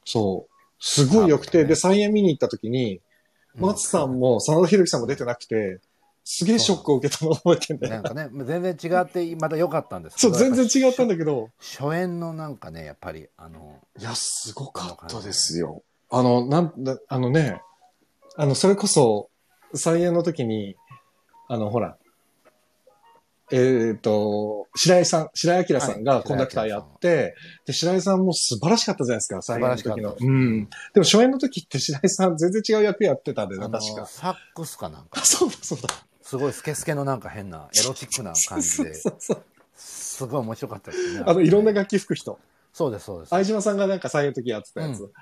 そう。すごい良くて、
多分ね
で、再演見に行った時に、
うん
松さんも真田広之さんも出てなくて、すげえショックを受けたのを覚えてんだよ。
なんかね全然違ってまた良かったんですけ
そ
ど
う、全然違ったん
だ
だけど、
初演のなんかねやっぱりあの
いや、すごかったですよ。あの、なん、なあのね、あの、それこそ、再演の時に、あの、ほら、えっ、と、白井さん、白井明さん
は
が
い
コンダクターやって、で、白井さんも素晴らしかったじゃないですか、最後の
素
時
晴らしか
の
っ。た
うん。でも初演の時って白井さん全然違う役やってたんで
あ
な、
の
確か。
サックスかなんか
あ、そうだ、 そうだ。
すごいスケスケのなんか変なエロチックな感じ で
そうそうそう。
すごい面白かったですね
あの、いろんな楽器吹く人。
そうですそうです
相島さんがなんか最後の時やってたやつ。
う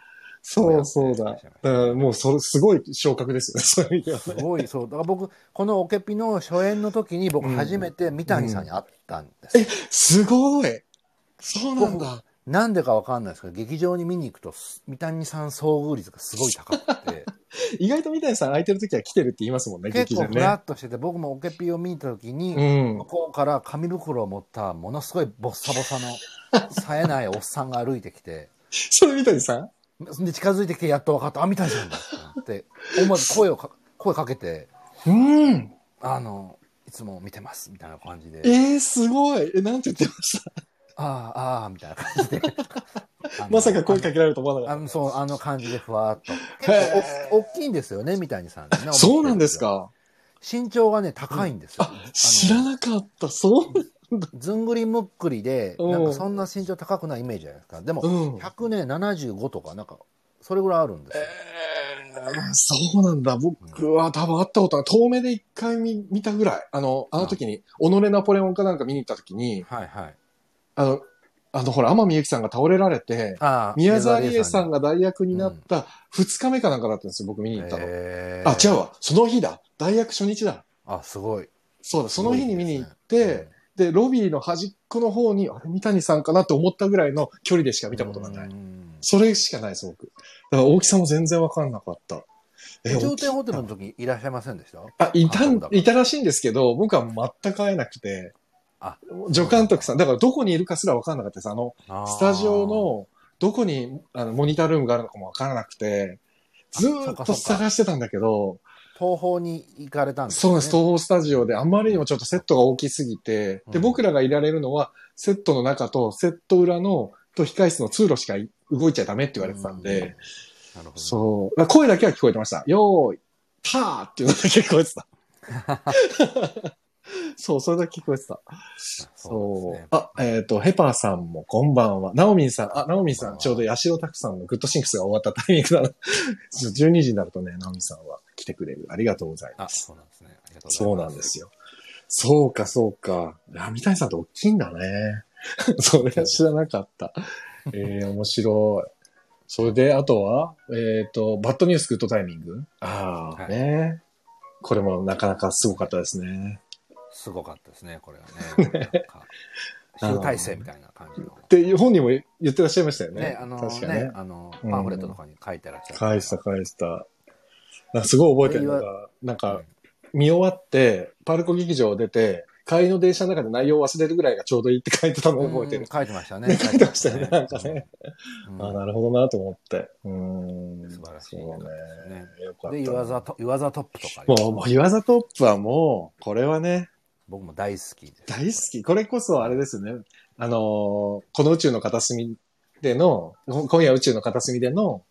そうそうだ。うんもうそれ、すごい昇格ですよね、そういう意味では
すごいそうだから僕このオケピの初演の時に僕
うん
初めて三谷さんに会ったんです、
すごいそうなんだ。
なんでかわかんないですけど劇場に見に行くとす三谷さん遭遇率がすごい高 くて
意外と三谷さん空いてる時は来てるって言いますもんね、劇
結
場
構ふ
ね。
らっとしてて僕もオケピを見た時に、
うん
向。こうから紙袋を持ったものすごいボッサボサ の冴えないおっさんが歩いてきて
それ三谷さん
で近づいてきてやっと分かったあ三谷さんだって思わず声をか声かけて
うん。
「あのいつも見てます」みたいな感じで
えー、すごい。え、なんて言ってました
「ああああ」みたいな感 じであの
まさか声かけられると思わなか
あ
っ
のそうあの感じでふわーっと
へー
お大きいんですよね三谷さん、ね、
た。 そうなんですか
身長がね高いんですよ、
知ら
い
なかった。そう。
ずんぐりむっくりで
うん
なんかそんな身長高くないイメージじゃないですかでも、
うん。
100年75とかなんかそれぐらいあるんですよ、
そうなんだ。僕は多分会ったことは、遠目で一回見見たぐらい。あの、あの時に、己ナポレオンかなんか見に行った時に、
はいはい
あの、あの、ほら、天海祐希さんが倒れられて、
ああ
宮沢りえさん
が
が代役になった2日目かなんかだったんですよ、僕見に行ったの。
え
あ、違うわ。その日だ。代役初日だ。
あすごい
そうだ、その日に見に行っ
すごい
て、
ですね
で、ロビーの端っこの方に、あれ、三谷さんかなって思ったぐらいの距離でしか見たことがな
う
い。
ん
それしかないです、僕。だから大きさも全然わかんなかった。え、
頂
大き
点ホテルの時いらっしゃいませんでした
あ、いた
あ
ん
そうだ、
いたらしいんですけど、僕は全く会えなくて
あ、
助監督さん、だからどこにいるかすらわかんなかったです。あの、スタジオのどこにあのモニタールームがあるのかもわからなくて、ず
そ
ー
っ
っ
か
と
そっか
探してたんだけど、
東宝に行かれたんです
そう
よ
なん
ね
です、東宝スタジオであんまりにもちょっとセットが大きすぎて、
う
で、
ん
僕らがいられるのはセットの中とセット裏のと控室の通路しかい動いちゃダメって言われてたんで、
なるほど
そう、だから声だけは聞こえてました。よーい、パーっていうのだけ聞こえてた。 そう、それだけ聞こえてた。
そう
そ
です
う
ね。
あ、えっ、と、ヘパーさんもこんばんは。ナオミンさん、あ、ナオミン
こ
さ
んばん
ん、
は
ちょうどヤシオタクさんのグッドシンクスが終わったタイミングだな。 ちょっと12時になるとね、ナオミンさんは来てくれる。ありがとうござい
あ
ます。
そうなんですねありがとうございます
そうなんですよ。そうか、そうか。あ、三谷さんって大きいんだね。 それは知らなかった。えー、面白い。それで、あとは、えっ、と、バッドニュースグッドタイミング。ああ、
はい
ね。これもなかなかすごかったですね。
すごかったですねこれは ねなんか集大成みたいな感じの
って本人も言ってらっしゃいましたよね。
ねあの
確かね。
ねあのパンフレットとかに書いてらっしゃる
返した返した。なんかすごい覚えてるのが、なんか見終わって、パルコ劇場を出て、帰りの電車の中で内容を忘れるぐらいがちょうどいいって書いてたのを覚えて
う
る
ん。書いてましたね
ね 書いてましたよねなんかね、
うん
あなるほどなと思って。うーん。
素晴らしい
そうね。よかった。
で、岩沢ト岩沢トップとかね
もう、もう岩座トップはもう、これはね、
僕も大好きです。
大好き。これこそあれですね。あのーこの宇宙の片隅での、こ今夜宇宙の片隅での、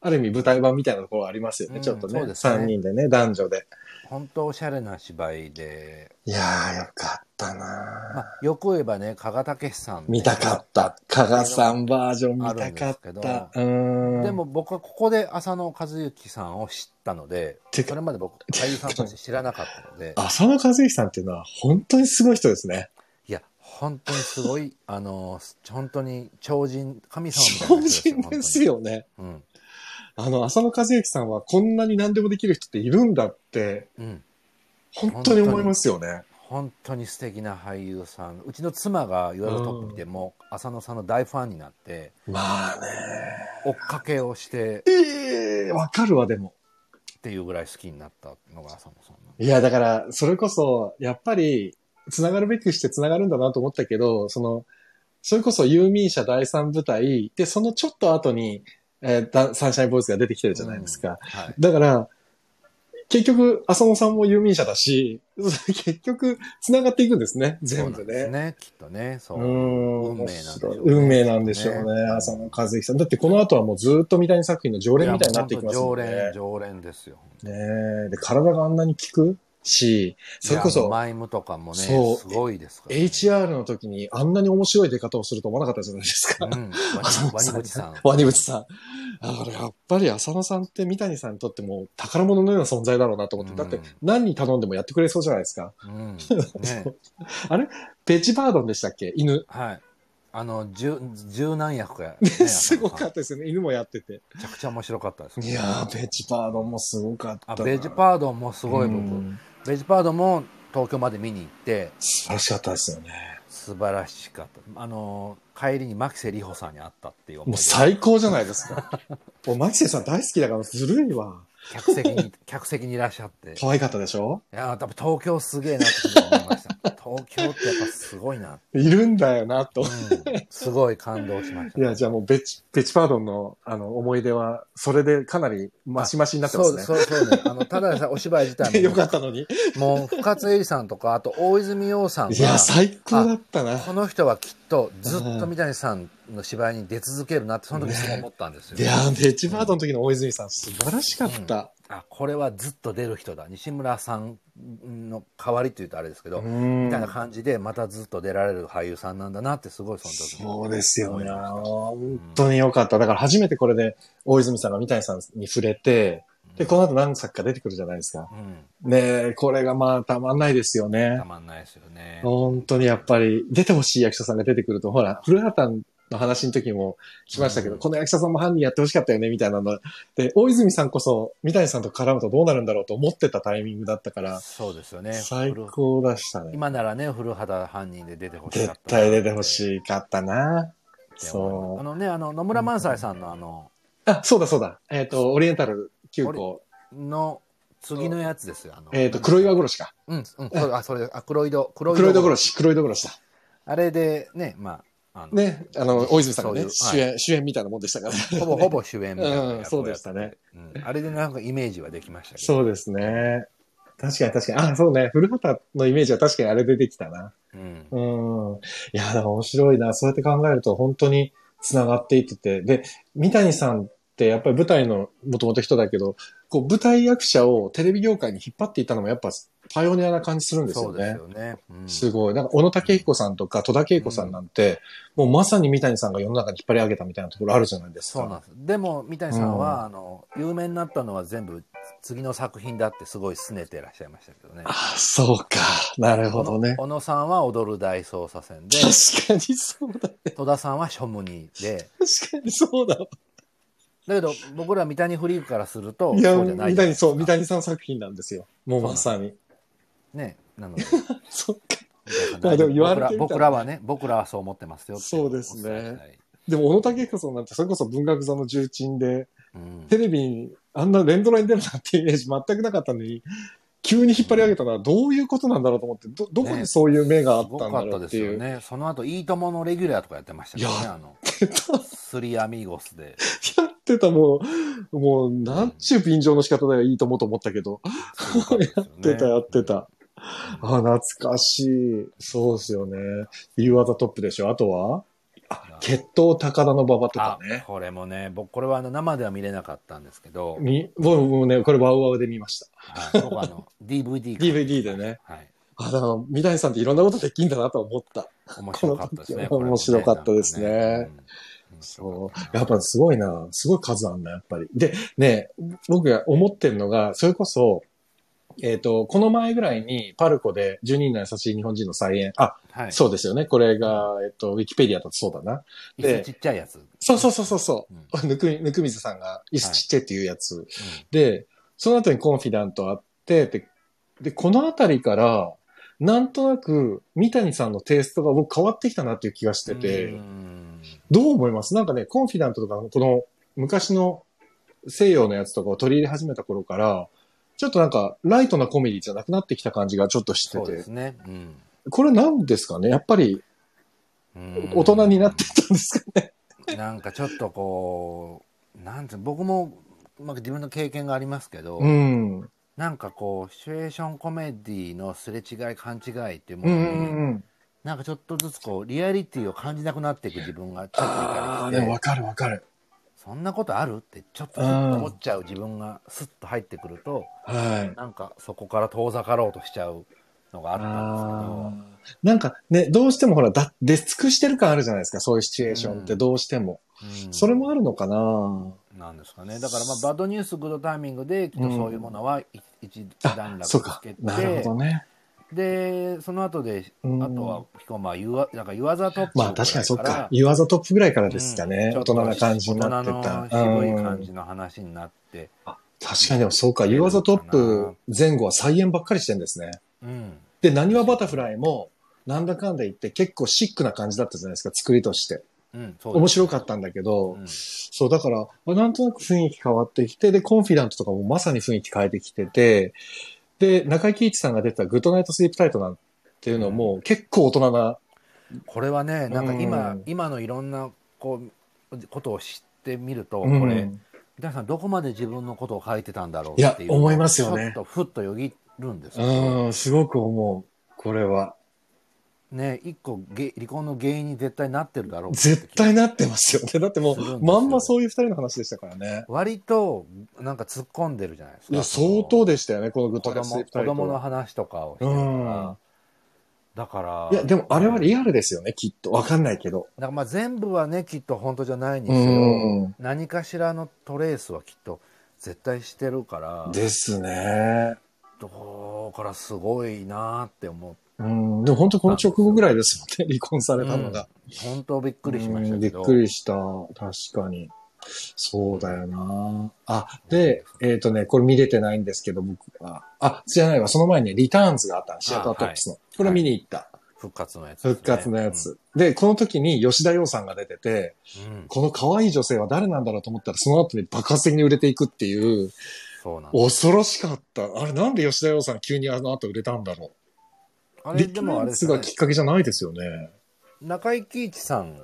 ある意味舞台版みたいなところありますよね。
うん
ちょっと
そう
ね。
ですね
三、人でね、男女で。
本当おしゃれな芝居で、
いやー、よかった
ま
な
あ、よく言えばね、加賀武史さん。
ー見たかった。加賀さんバージョン見たか
あ
っ
るんです
た。うーん。
で、も僕はここで浅野和之さんを知ったので、
て
そ
か
れ、まで僕、俳優さんとして知らなかったので、
浅野和之さんっていうのは本当にすごい人ですね。
いや、本当にすごい、あの、本当に超人、神様みたい
超
な人
人です。よね。
本
あの、浅野和之さんはこんなに何でもできる人っているんだって、
当にうん。うん。
本当に思いますよね。
本当に素敵な俳優さん。うちの妻が岩沢トップ見ても、浅野さんの大ファンになって、
まあね。
追っかけをして、
ええわかるわ、でも。
っていうぐらい好きになったのが浅野さんなんで
いや、だから、それこそ、やっぱり、つながるべくしてつながるんだなと思ったけど、その、それこそユーミン社第三舞台、で、そのちょっと後に、えーだサンシャインボーイズが出てきてるじゃないですか。
はい、
だから、結局、浅野さんも有名者だし、 結局、繋がっていくんですね、全
そ
部
うなんです
ね。
ねきっとねそうう、
ん
運命なんでしょうね
運命なんでしょうね、浅野和之さん。だってこの後はもうずっと三谷作品の常連みたいになっていきますもんね。
やもう本当常連常連ですよ
ねえ、で、体があんなに効くし、それこ
いや
そ、
マイムとかもね、
そう
すごいですから、
HR の時にあんなに面白い出方をすると思わなかったじゃないです
う
か。
ん。ワニブチさん。
ワニブチさん。だからやっぱり浅野さんって三谷さんにとってもう宝物のような存在だろうなと思って、だって
うん
何に頼んでもやってくれそうじゃないですか。
うん。ね。
ペッチバードンでしたっけ犬。
はい。あの、十、十何役か、。
すごかったたですよね。犬もやってて。
めちゃくちゃ面白かったです。
いやー、ペッチバードンもすごかった
あ、
な。
ベジパードンもすごい
うん
僕。ベジパードンも東京まで見に行って、
素晴らしかったですよね。
素晴らしかった。あの、帰りに牧瀬里穂さんに会ったっていう思い
もう
出。
最高じゃないです か。もうマキセさん大好きだからずるいわ。
客席 に、客席にいらっしゃって。
可愛かったでしょ
いやー、多分東京すげえなって思いました。 東京ってやっぱすごいな。
いるんだよな、と。
うんすごい感動しました。
いや、じゃあもうベチ、ベチパードンのあの思い出は、それでかなりマシマシになってますね。
そうそうそうね。あの、ただでさえお芝居自 体
よ
も
か、ったのに。
もう、深津絵里さんとか、あと大泉洋さんが
いや、最高だったな。
この人はきっとずっと三谷さんの芝居に出続けるなって、その時そう思ったんですよ。
いや、ベチパードンの時の大泉さん、素晴らしかった。
あ、これはずっと出る人だ。西村さんの代わりというとあれですけど、
うん
みたいな感じで、またずっと出られる俳優さんなんだなって、すごいその時
そうですよね。
思いました
本当によかった。だから初めてこれで大泉さんが三谷さんに触れて、で、この後何作か出てくるじゃないですか。
うん、
ねえ、これがまあたまんないですよね
た。まんないですよね。
本当にやっぱり出てほしい役者さんが出てくると、ほら、古畑の話の時もしましたけど、
うん
この役者さんも犯人やってほしかったよね、みたいなの。で、大泉さんこそ三谷さんと絡むとどうなるんだろうと思ってたタイミングだったから、
そうですよね。
最
古
高でしたね。
今ならね、古畑犯人で出てほし
絶
かった。
対出てほ
い。
しかったな。
あ
そう。
のね、あの、野村萬斎さんのあの、
あ、そうだそうだ。えっ、と、オリエンタル急行。
の次のやつですよ。あの
えっ、と、黒岩殺しか。
うん、うん、それあ、それ、あ、黒井戸、黒
黒井戸殺
し。
し、黒井戸殺しだ。
あれで、ね、まあ、あの、
ね、あの、大泉さんがね、
そう
主
いう
演、主演みたいなもんでしたから。
ほぼほぼ主演みたいな
うんそうでしたね。
うんあれでなんかイメージはできましたけど。
そうですね。確かに確かに。あ、そうね。古畑のイメージは確かにあれ出てきたな。
うん。
うん。いや、でも面白いな。そうやって考えると本当に繋がっていってて。で、三谷さんってやっぱり舞台のもともと人だけど、こう舞台役者をテレビ業界に引っ張っていったのもやっぱパイオニアな感じするんです
そ
よ
うです
ね。
よね。うん
すごい。なんか、小野武彦さんとか戸田恵子さんなんて、もうまさに三谷さんが世の中に引っ張り上げたみたいなところあるじゃないですか。
そうなんです。でも、三谷さん
うん
は、あの、有名になったのは全部次の作品だってすごい拗ねてらっしゃいましたけどね。
あ、そうか。なるほどね。
小野さんは踊る大捜査線で、
確かにそうだ。
戸田さんはショムニーで、
確かにそうだわ。
だけど僕ら三谷フリークからすると、
いや、
そうじゃな
三
いじゃな
谷、
いですか
そう、三谷さん作品なんですよ。もうまさに。
ね、なので、
そっか。
三谷さん
まあでも言われてみたら
僕ら僕らはね、僕らはそう思ってますよっていのを
そうですね
お伝えしたい。
でも、小野武彦さんなんて、それこそ文学座の重鎮で、
うん
テレビにあんな連ドラに出るなんてイメージ全くなかったのに、急に引っ張り上げたのはどういうことなんだろうと思って、ど、どこにそういう目があったんだろうってい
すごかったですよ
う。
ね。その後、いいとものレギュラーとかやってましたけどね
い、や
あの、スリーアミーゴスで。
やってたもう、もう、なんちゅう便乗の仕方だよ、いいと思うと思ったけど。
すごかったです
や
よね
ってた、やってた。あ、懐かしい。そうですよね。夕方トップでしょ。あとはあ血統高田の馬場とか
あ
ね。
これもね、僕、これはあの生では見れなかったんですけど、
み、もう、もうね、これワウワウで見ました。
はい僕はあ の、DVD から
DVD でね。
はい。
あ、だから、三谷さんっていろんなことできんだなと思った。
面白かったですね。
この時は面白かったですね
これもね。うん
そう。やっぱすごいな。すごい数あんな、やっぱり。で、ね、僕が思ってるのが、それこそ、えっ、と、この前ぐらいにパルコで12人の優しい日本人の再演。あ、
はい。
そうですよね。これが、えっ、と、ウィキペディアだとそうだな。
う
で
ちっちゃいやつ。
そうそうそうそうそうう。
ん
ぬく、ぬくみずさんが、椅子ちっちゃいっていうやつ。で、その後にコンフィダントあって、で、でこのあたりから、なんとなく、三谷さんのテイストが僕変わってきたなっていう気がしてて、
うん
どう思いますなんかね、コンフィダントとか、この昔の西洋のやつとかを取り入れ始めた頃から、ちょっとなんか、ライトなコメディじゃなくなってきた感じがちょっとして
そうで
て
す、ね。うん
これなんですかねやっぱり
うん
大人になってたんですかね、
なんかちょっとこう、なんていうの僕も、まあ、自分の経験がありますけど、
うん、うん
なんかこう、シチュエーションコメディのすれ違い、勘違いっていうも
う
の
ん
に、
うん。
なんかちょっとずつこう、リアリティを感じなくなっていく自分がちょっといた
ああ、
りし
でもわ
て、
かるわかる。
そんなことあるってちょっと思っちゃう自分がスッと入ってくると、
はい。
なんかそこから遠ざかろうとしちゃうのがあったんで
あーなんかね、どうしてもほら、だ出尽くしてる感あるじゃないですか、そういうシチュエーションって
うん
どうしても。
すけど、うん
それもあるのかな
なんですかねだからまあバッドニュースグッドタイミングできっとそういうものは一一段
あ、そう
落つ
か
け。て、
なるほどね。
でその後で
うん
あとは彦まあ言わなんか言わざトップ
まあ確かにそっ
ぐらい
か。言わざトップぐらいから
ら
ですかね。
うん
大人な感じになってた。
大人の渋い感
う
じ
ん
の話になって、
確かにでもそうか。言わざトップ前後は再演ばっかりしてるんですね。
うん、
で、何はバタフライも、なんだかんだ言って結構シックな感じだったじゃないですか、作りとして。
うん、そうです
面白かったんだけど、
うん
そう、だから、あなんとなく雰囲気変わってきて、で、コンフィダントとかもまさに雰囲気変えてきてて、で、中井貴一さんが出てたグッドナイトスリープタイトなんていうのも結構大人な、
これはねなんか今、
うん
今のいろんなこうことを知ってみると、
うん
これ皆さんどこまで自分のことを書いてたんだろう
いや
っていうのを
思いますよね
ちょっとふっとよぎるんですけど、
うん、すごく思う。これは。
ね一個げ離婚の原因に絶対なってるだろうって
絶対なってますよね。 だっても
するんで
う、
すよ
まんまそういう二人の話でしたからね。
割となんか突っ込んでるじゃないです
い
か
や、相当
で
でしたよね、このグッ
子
ドナイトス
供
リー
子
プタイト
供の
は。
話とかをして
う
るから、
ん。
だから
いや、でもあれはリ
ア
アルですよね、きっと。わかんないけど。
だからまあ全部はねきっと本当じゃないに
う
せよ、
ん。
何かしらのトレースはきっと絶対してるから
ですね。
だからすごいなって思っ
うん。でも本当この直後ぐらいです もんね、離婚さ
て
れたのが。
本当びっくりしまし
う
た
んび
け
っ
ど
くりした。確かに。そうだよなあ、で、えっ、とね、これ見れてないんですけど、僕は。あ、じゃないわ、その前にリターンズがあったのシアタートップスの。これ見に行った。
復活のやつですね、
復活のやつ。で、この時に吉田羊さんが出てて、
うん、うん
この可愛い女性は誰なんだろうと思ったら、その後に爆発的に売れていくっていう、
そうなんです
恐ろしかった。あれ、なんで吉田羊さん急にあの後売れたんだろ
あ
う。
れ
リ
で
タ
もあ
ー
れ
ン
で
ズ
す
が
よね
きっかけじゃないですよね。
中井貴一さん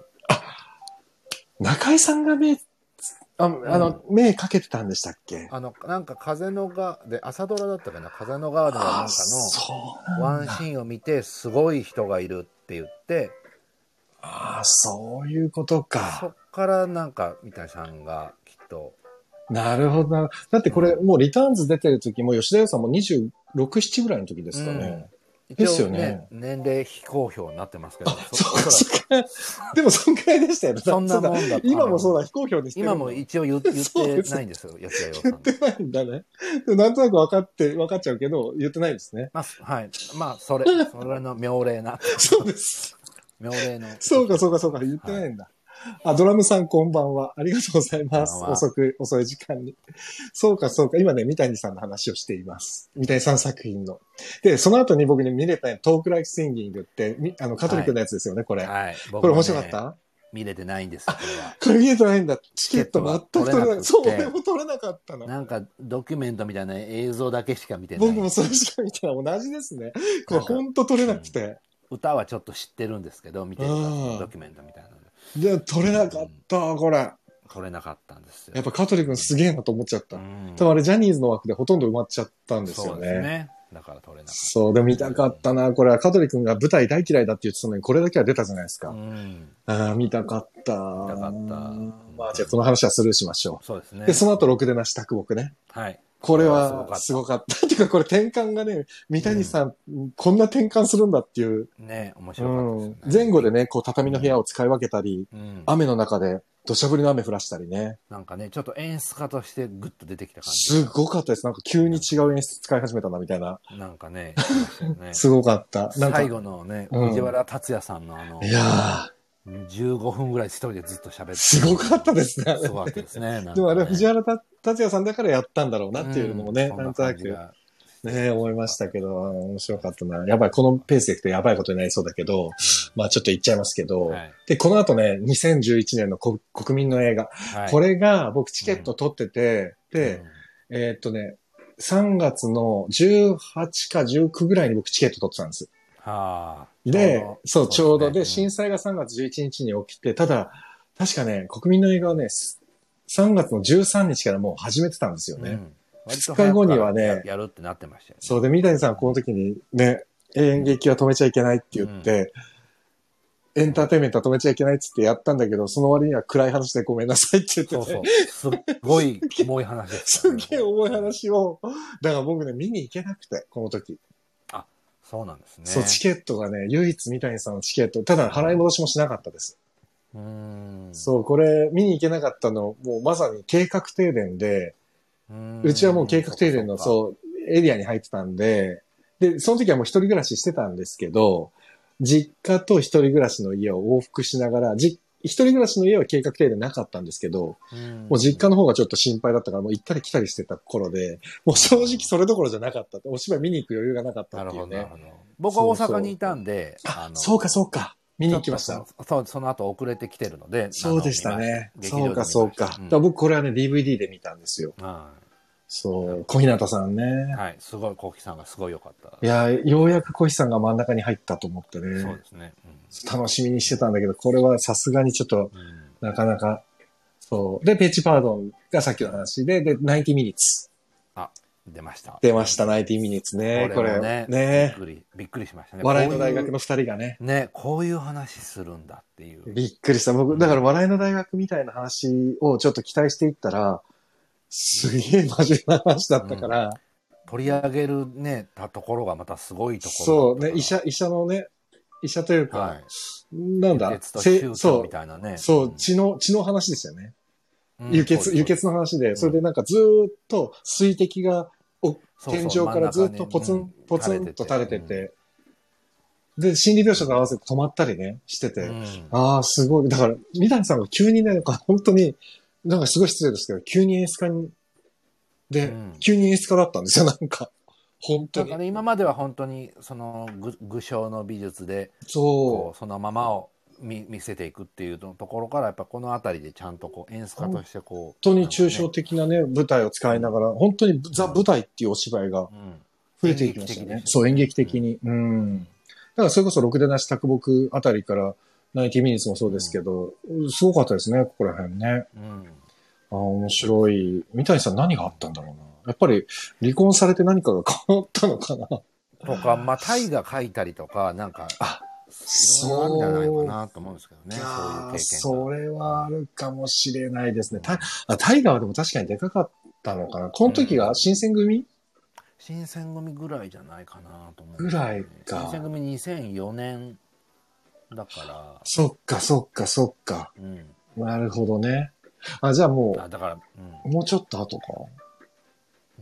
中井さんが目、ああの、目かけてたんでしたっけ
あのなんか風のがで朝ドラだったかな風のガード
あ
がなん
ー
か
そう
のワンシーンを見てすごい人がいるって言って
あー、そういうこと
そ
か。
っからなんか三谷さんがきっと
なるほどな。だってこれ、もうリターンズ出てる時も吉田羊さんも26、7ぐらいの時ですかね。ですよね
一応年齢非公表になってますけど
そう
おら
か、
く
そうか。でも、そんくらいでしたよね。
そんなもんだ
そう今もそう
あ
だ、非公表にしてる
今も一応言言
そう
っ
で
て
す
ないんですよ、吉田洋さん
言
の。
ってないんだね。でもなんとなく分かって、分かっちゃうけど、言ってないです ね。
まあ、はい。まあ、それ、それの妙齢な、
そうです。
妙齢の。
そうか、そうか、そうか、言ってないんだ。あ、ドラムさんこんばんは。ありがとうございます。
こんばんは
遅く、遅い時間に。そうか、そうか。今ね、三谷さんの話をしています。三谷さん作品の。で、その後に僕に見れたトークライフシンギングって、みあの、カトリックのやつですよね、これ。
はい。こ
これ面白かった
見れてないんですよ、これは。
これ見えてないんだ。チケット全く取れな
チケットが取れ
い。
なくて
そう、俺も取れなかったの。
なんか、ドキュメントみたいな映像だけしか見てない。
僕もそれしか見たら同じですね。これほんと取れなくて。
歌はちょっと知ってるんですけど、見てる
うん
ドキュメントみたいなので
で、取れなかった、これ。
撮れなかったんですよ。
やっぱ香取君すげえなと思っちゃった。
うん
多分あれジャニーズの枠でほとんど埋まっちゃったんですよ
そう
ね。
ですね。だから撮れなかっ
そう、でも見たかったな。これは香取君が舞台大嫌いだって言ってたのに、これだけは出たじゃないです
た。
か。
うん。
ああ、見たかった。
見たかった
まあ、じゃあこの話はスルーしましょ
そうです
う。
ね。
で、その後、ろくでなし卓木ね。
はい。
これ
これ
は
は
す
す
ごかった。っていうか、これ転換がね、三谷さん、こんな転換するんだっていう。
ね、面
う
白かったですよ
ん前
ね。、
後でね、こう畳の部屋を使い分けたり、
うん、
雨の中で土砂降りの雨降らしたりね。
なんかね、ちょっと演出家としてグッと出てきた感
すごかったです。なんか急に違う演出使い始めたな、みたいな。
じ。なんかね、言ってましたよね
すごかった。なんか、
最
い
後のね、
うん
藤原竜也さんのあの、
やー。
15分ぐらい一人でずっと喋って。
すごかったですねあれ
すごかったですね。なんかね
でもあれ、藤原た達也さんだからやったんだろうなっていうのもね、
ん
なんとなく、
そん
ね、
感
思いましたけど、あの面白かったな。やばい、このペースでいくとやばいことになりそうだけど、まあちょっと言っちゃいますけど、
じがはい
で、この後ね、2011年のこ国民の映画、
はい
これが僕チケット取ってて、
う
で
ん、
えーっとね、3月の18か19ぐらいに僕チケット取ってたんです。
はあ
で、そう、ちょうど。で、
すね
震災が3月11日に起きて、ただ、確かね、国民の映画はね、す3月の13日からもう始めてたんですよね。
うん割と
二日後にはね
早くからやるってなってましたよね。
そうで、三谷さんはこの時にね、演劇は止めちゃいけないって言って、エンターテインメントは止めちゃいけないっつってやったんだけど、その割には暗い話でごめんなさいって言って
そう
て、
そ
ね
う。、すっごい重い話でした、
すげえ重い話を、だから僕ね、見に行けなくて、この時。
そうなんですね。
そう、チケットがね、唯一三谷さんのチケット、ただ払い戻しもしなかったです。
うーん。
そう、これ見に行けなかったの、もうまさに計画停電で、
うーん。
うちはもう計画停電の、
そ
そう、エリアに入ってたんで、で、その時はもう一人暮らししてたんですけど、実家と一人暮らしの家を往復しながら、じ一人暮らしの家は計画停電なかったんですけど、
うか。も
もう実家の方がちょっと心配だったから、もう行ったり来たりしてた頃で、もう正直それどころじゃなかったって。お芝居見に行く余裕がなかった
な
っ
る
てい
ほ
う
ど、なる
ね。
ほど。僕は大阪にいたんで、あの
そうか、そうか。見に行きまし
ち
た
ょっ。とそのそう、その後遅れてきてるので。
そうでしたね
あ。の
そうか、そうか。だから
劇場で見ました
僕これはね、DVD で見たんですよ。
あのは
そう、小日向さんね。
い。はい。すごい、コウキさんがすごい良かった。
いや、ようやく小日さんが真ん中に入ったと思ってね。
そうですね。うん
楽しみにしてたんだけど、これはさすがにちょっと、
うん
なかなか、そう。で、ペッチパードンがさっきの話で、で、90ミニッツ。
出ました。
出ました、90ミニッツね。こ
これ
れ、
もね
ね
びっくり、びっくりしましたね。
笑いの大
こ
学の二人がね。
ういう。ね、こういう話するんだっていう。
びっくりした。僕、だから笑いの大学みたいな話をちょっと期待していったら、すげえ真面目な話だったから、
取り上げるね、たところがまたすごいところ。
そうね、医。者、医者のね、医者というか、
はい。
なんだ
輸血と手
せ
術
そ
みたいなね。、
う、そうん血の、血の話ですよね。
うん
輸血、輸血
そう
の話で、
ん
それでなんかずーっと水滴が
そう
天
そ
井
う
からずっとポツン、ポツンと垂れて。て、で、心理描写と合わせて止まったりね、してて、
真ん中にうん
ああ、すごい。だから、三谷さんが急にね、なんか本当に、なんかすごい失礼ですけど、急に演出家に、で、
うん
急に演出家だったんですよ、なんか。本当
なん
に。
かね、今までは本当にその具具象の美術で
そ
こうそのままを見見せていくっていうところからやっぱこの辺りでちゃんとこう演出家としてこう
う。本当に抽象
的
的なね、舞台を使いながら、本当にザ・舞台っていうお芝居が増えていきましたよね。そう、演劇的に。うん。だからそれこそ、ろくでなし卓木あたりから、ナイティミニッツもそうですけど、うんすごかったですね、ここら辺ね。
うん
あー面白い。三谷さん何があったんだろうな。やっぱり、離婚されて何かが変わったのかな。
とか、まあ、タイが描いたりとか、なんか、
あ
いろいろあるんじゃないかなと思うんですけどね、そう
あー
いう経験が。
それはあるかもしれないですね。タあタイガーはでも確かにでかかったのかな。この時が新選組、
新選組ぐらいじゃないかなと思う。
ぐらいか
新選組2004年だか
そっか、そっか、そっか。
ら、うん。
なるほどね。あ、じゃあも
あだから、う
う、もうちょっと後か。
ん。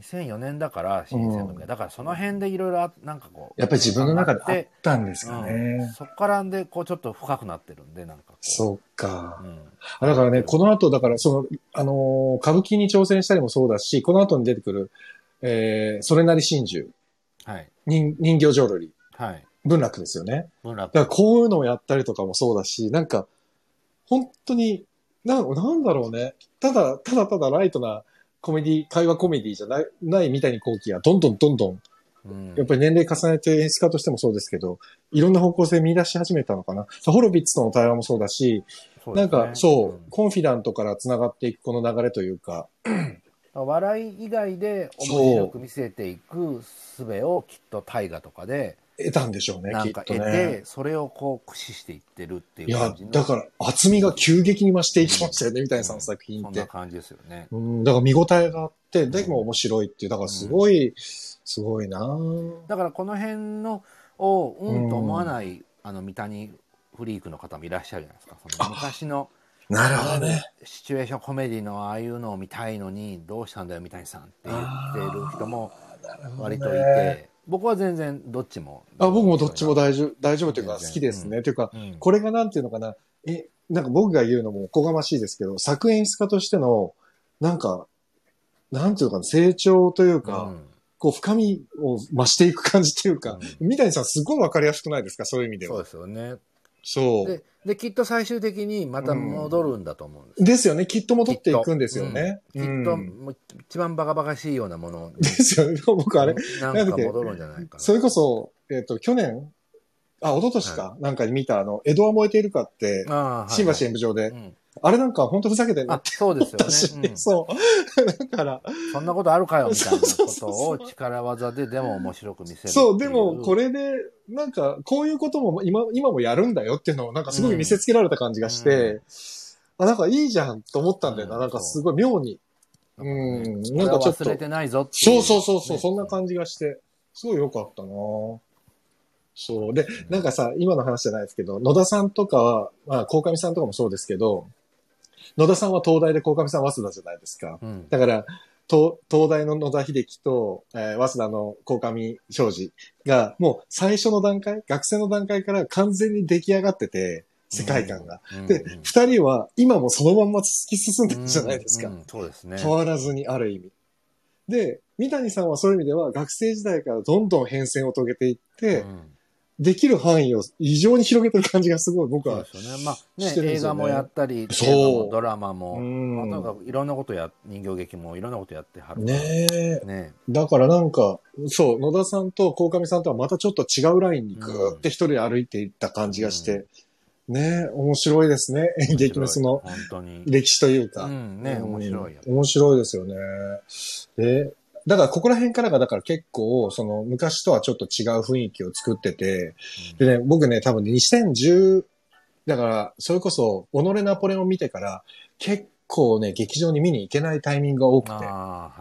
2004年だから、新選組が。だからその辺でいろいろあ、なんかこう。
やっぱり自分の中であ
あっ
ってたんですか
うん
ね。
そこからんで、こう、ちょっと深くなってるんで、なんかこう。
そっか。
うん。
あだからね、この後、だから、その、あのー歌舞伎に挑戦したりもそうだし、この後に出てくる、えー、それなり真珠、
はい。
人人形浄瑠璃、
はい。
文楽ですよね。
文楽
だからこういうのをやったりとかもそうだし、なんか、本当に、な、なんだろうね。ただ、ただただライトなコメディ、会話コメディじゃない、ないみたいに後期がどんどんどんどん、
うん
やっぱり年齢重ねて演出家としてもそうですけど、いろんな方向性見出し始めたのかな。ホロビッツとの対話もそうだし、
そうで
な
す
ん
ね
か、そうう、
ん
コンフィダントから繋がっていくこの流れというか、
笑い以外で面白く見せていく術をきっと大河とかで
得たんでしょうね、
な
き
ん
っ
か
と
得て、
ね。
それをこう駆使していってるってい
いう
感
や
じの、
だから、厚みが急激に増していきましたよね、三谷さんの作品
そ
っ
ん
て
な。感じですよね。
うん、だから見応えがあって、でも面白いっていう、だからすごい、すごいなぁ
だからこの辺のをうんと思わない、あの三谷フリークの方もいらっしゃるじゃないですかその昔の
なる
あの。シチュエーションコメディのああいうのを見たいのにどうしたんだよ三谷さんって言ってる人も割といて、僕は全然どっちも
あ、僕もどっちも大丈夫、大丈夫というか好きですね。というか、
うん
これがなんていうのかな、え、なんか僕が言うのもおこがましいですけど、作演出家としての、なんか、なんていうのかな、成長というか、
うん
こう深みを増していく感じというか、
う
三谷さんすごいわかりやすくないですか、そういう意味で
そう
は。
ですよね
そう。
でできっと最終的にまた戻るんだと思うんです、
ですよね。きっと戻っていくんですよね。
きっ
う
と,、
ん
もう一番バカバカしいようなものに
ですよね。僕あれ、
なんか戻るんじゃないかな
それこそ、えっ、と、去年、あ、一昨年か、なんかに見た、あの、江戸は燃えているかって、
ああはい
新橋演舞場で、
うん
あれなんか本当ふざけてるな
あ
っ、て
そうで
思っ た
す
し、
よね。うん
そう。 だから、
そんなことあるかよみたいな
そう
こ
そ
と
うそう
を力技ででも面白く見せるってい。
そう、でもこれで、なんか、こういうことも今、今もやるんだよっていうのを、なんかすごい見せつけられた感じがして、あ、なんかいいじゃんと思ったんだよな。
うん
なんかすごい妙に。うん、なんかちょっ
これは忘れ
と。
てないぞってい
そうそうそうそう、
ね
そんな感じがして、すごい良かったなそう。で、なんかさ、今の話じゃないですけど、野田さんとかは、まあ、鴻上さんとかもそうですけど、野田さんは東大で鴻上さんは早稲田じゃないですか。
うん。
だから、東東大の野田秀樹と、えー早稲田の鴻上昌司が、もう最初の段階、学生の段階から完全に出来上がってて、世界観が。
うん。
で、二人は今もそのまんま突き進んでるじゃないですか。
うんうんそうですね。
変わらずにある意味。で、三谷さんはそういう意味では学生時代からどんどん変遷を遂げていって、
うん
できる範囲を異常に広げてる感じがすごい僕
そう
は
で。すよね。まあ
してるん
ね、
で
映
すよ
画
ね
もやったり、
そう
テレビもドラマ
う
も、まあ
ん
なんかいろんなことや、人形劇もいろんなことやってはる。
ねえ。
ね
だからなんか、そう、野田さんと鴻上さんとはまたちょっと違うラインにぐーって一人歩いていった感じがして、ねえ、面白いですね。演劇のその
面白い本当に。
歴史というか。
うん、ね面白いよ。
面白いですよね。で、だからここら辺からが、だから結構、その昔とはちょっと違う雰囲気を作ってて、
うん
でね、僕ね、多分2010、だから、それこそ、己ナポレオン見てから、結構ね、劇場に見に行けないタイミングが多くて。
ああ、はい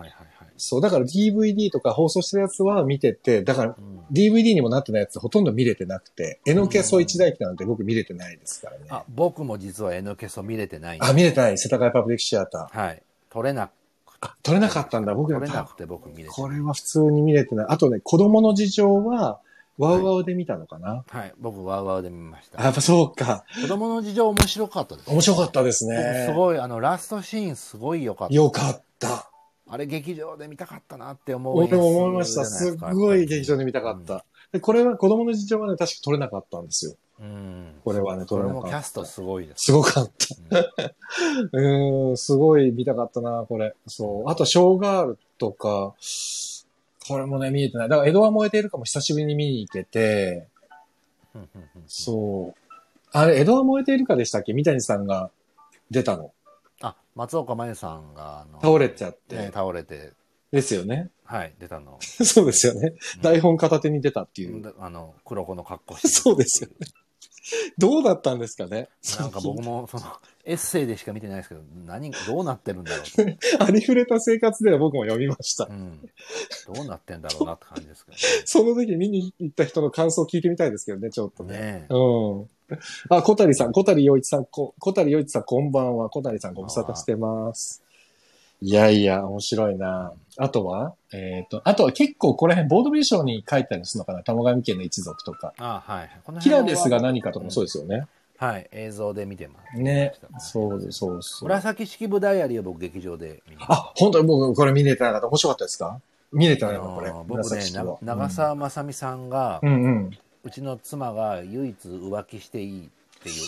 はいはい。
そう、だから DVD とか放送してるやつは見てて、だから DVD にもなってないやつほとんど見れてなくて、えのけそう一代記なんて僕見れてないですからね。
あ、僕も実は N ケソ見れてないんで
あ、見れてない。世田谷パブリックシアター。
はい。取れなく、
あ、撮れなかったんだ。僕
取
は
れなくて僕見れて
こ
ない。
れは普通に見れてない。あとね、子供の事情は、ワウワウで見たのかな、
はい。僕、ワウワウで見まし
あや
た
っ。ぱそうか。
子供の事情面白かったです。
面白かったです
僕
ね。
すごい、あの、ラストシーンすごい良かった。
よかった。
あれ劇場で見たかったなって思う。
俺も思いました。すっごい劇場で見たかった。で、これは子供の事情はね、確か撮れなかったんですよ。
うん。うん。
これはね、撮
こ
れ
れ
なか
も
った。
キャストすご いで
す
す。
ごかった。うーん、すごい見たかったな、これ。そう。あと、ショーガールとか、これもね、見えてない。だから、江戸は燃えているかも久しぶりに見に行けて、
うんうんうんうん
そう。あれ、江戸は燃えているかでしたっけ三谷さんが出たの。
あ、松岡真優さんが、あの、
倒れちゃっ
ね
て。
倒れて、
ですよね。
はい、出たの。
そうですよね。
うん
台本片手に出たっていうう。
んあの、黒子の格好して。
そうですよね。どうだったんですかね
なんか僕も、その、エッセイでしか見てないですけど、何、どうなってるんだろう と。
ありふれた生活では僕も読みました
う。ん。どうなってんだろうなって感じですけ
その時見に行った人の感想聞いてみたいですけどね、ちょっと
ど
ね。
ね。ねえ
うん。あ、小谷さん、小谷洋一さん、こ小谷洋一さん、こんばんは。小谷さん、ご無沙汰してます。いやいや、面白いな。あとはえっ、と、あとは結構この辺、ボードビー賞に書いたりするのかな玉神家の一族とか。
あ、はい。この
キ
辺
ラ
は
ですが何かとかもそうですよね。
はい、映像で見てます。
ね
見。ました
そうです、そうそう。
紫式部ダイアリーを僕劇場で見ました。
あ、本当に僕、これ見れてなかった。面白かったですか見れてない
あ
の
の
これ。
僕ね
紫、色
な
は
長澤まさみさんが、
うんうん。
うちの妻が唯一浮気していいっ ていう、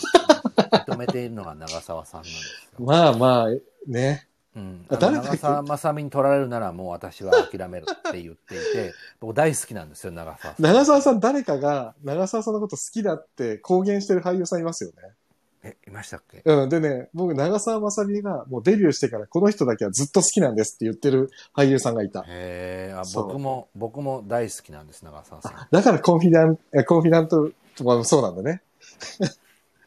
認めているのが長澤さんなんですよ。
まあまあ、ね。
うん、
あ
あの
誰だっけ
長澤まさみに取られるならもう私は諦めるって言ってい て、僕大好きなんですよ、長澤さん。
長澤さん、誰かが長澤さんのこと好きだって公言してる俳優さんいますよね。
え、いましたっけ
うん。でね、僕、長澤まさみがもうデビューしてからこの人だけはずっと好きなんですって言ってる俳優さんがいた。
へえ、あ
そう
僕も、僕も大好きなんです、長澤さん。
だからコンフィダン、えコンフィダントとかもそうなんだね。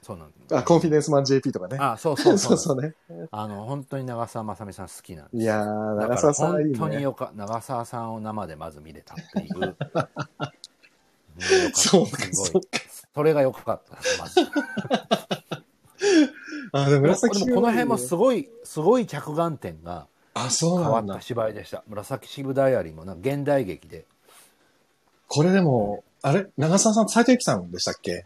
そうなんです。
あ、コンフィデンスマン JP とかね。
あ、そうそ
そうう
そ
そううそうね。
あの、本当に長澤まさみさん好きなんです。
いやー、
だ
長
から
澤さんい
本
い
当に
ね。
よか、長澤さんを生でまず見れたっ ていう。ねよかった
そうか
すごい
そう
それが良かったです、まず。
あ、でも
でも
紫式部
この辺もすごい、すごい着眼点が
あ、そう
変
な
わ
ん
った
だ。
芝居でした。紫式部ダイアリーもなんか現代劇で。
これでも、あれ長澤さん、斉藤由貴さんでしたっけ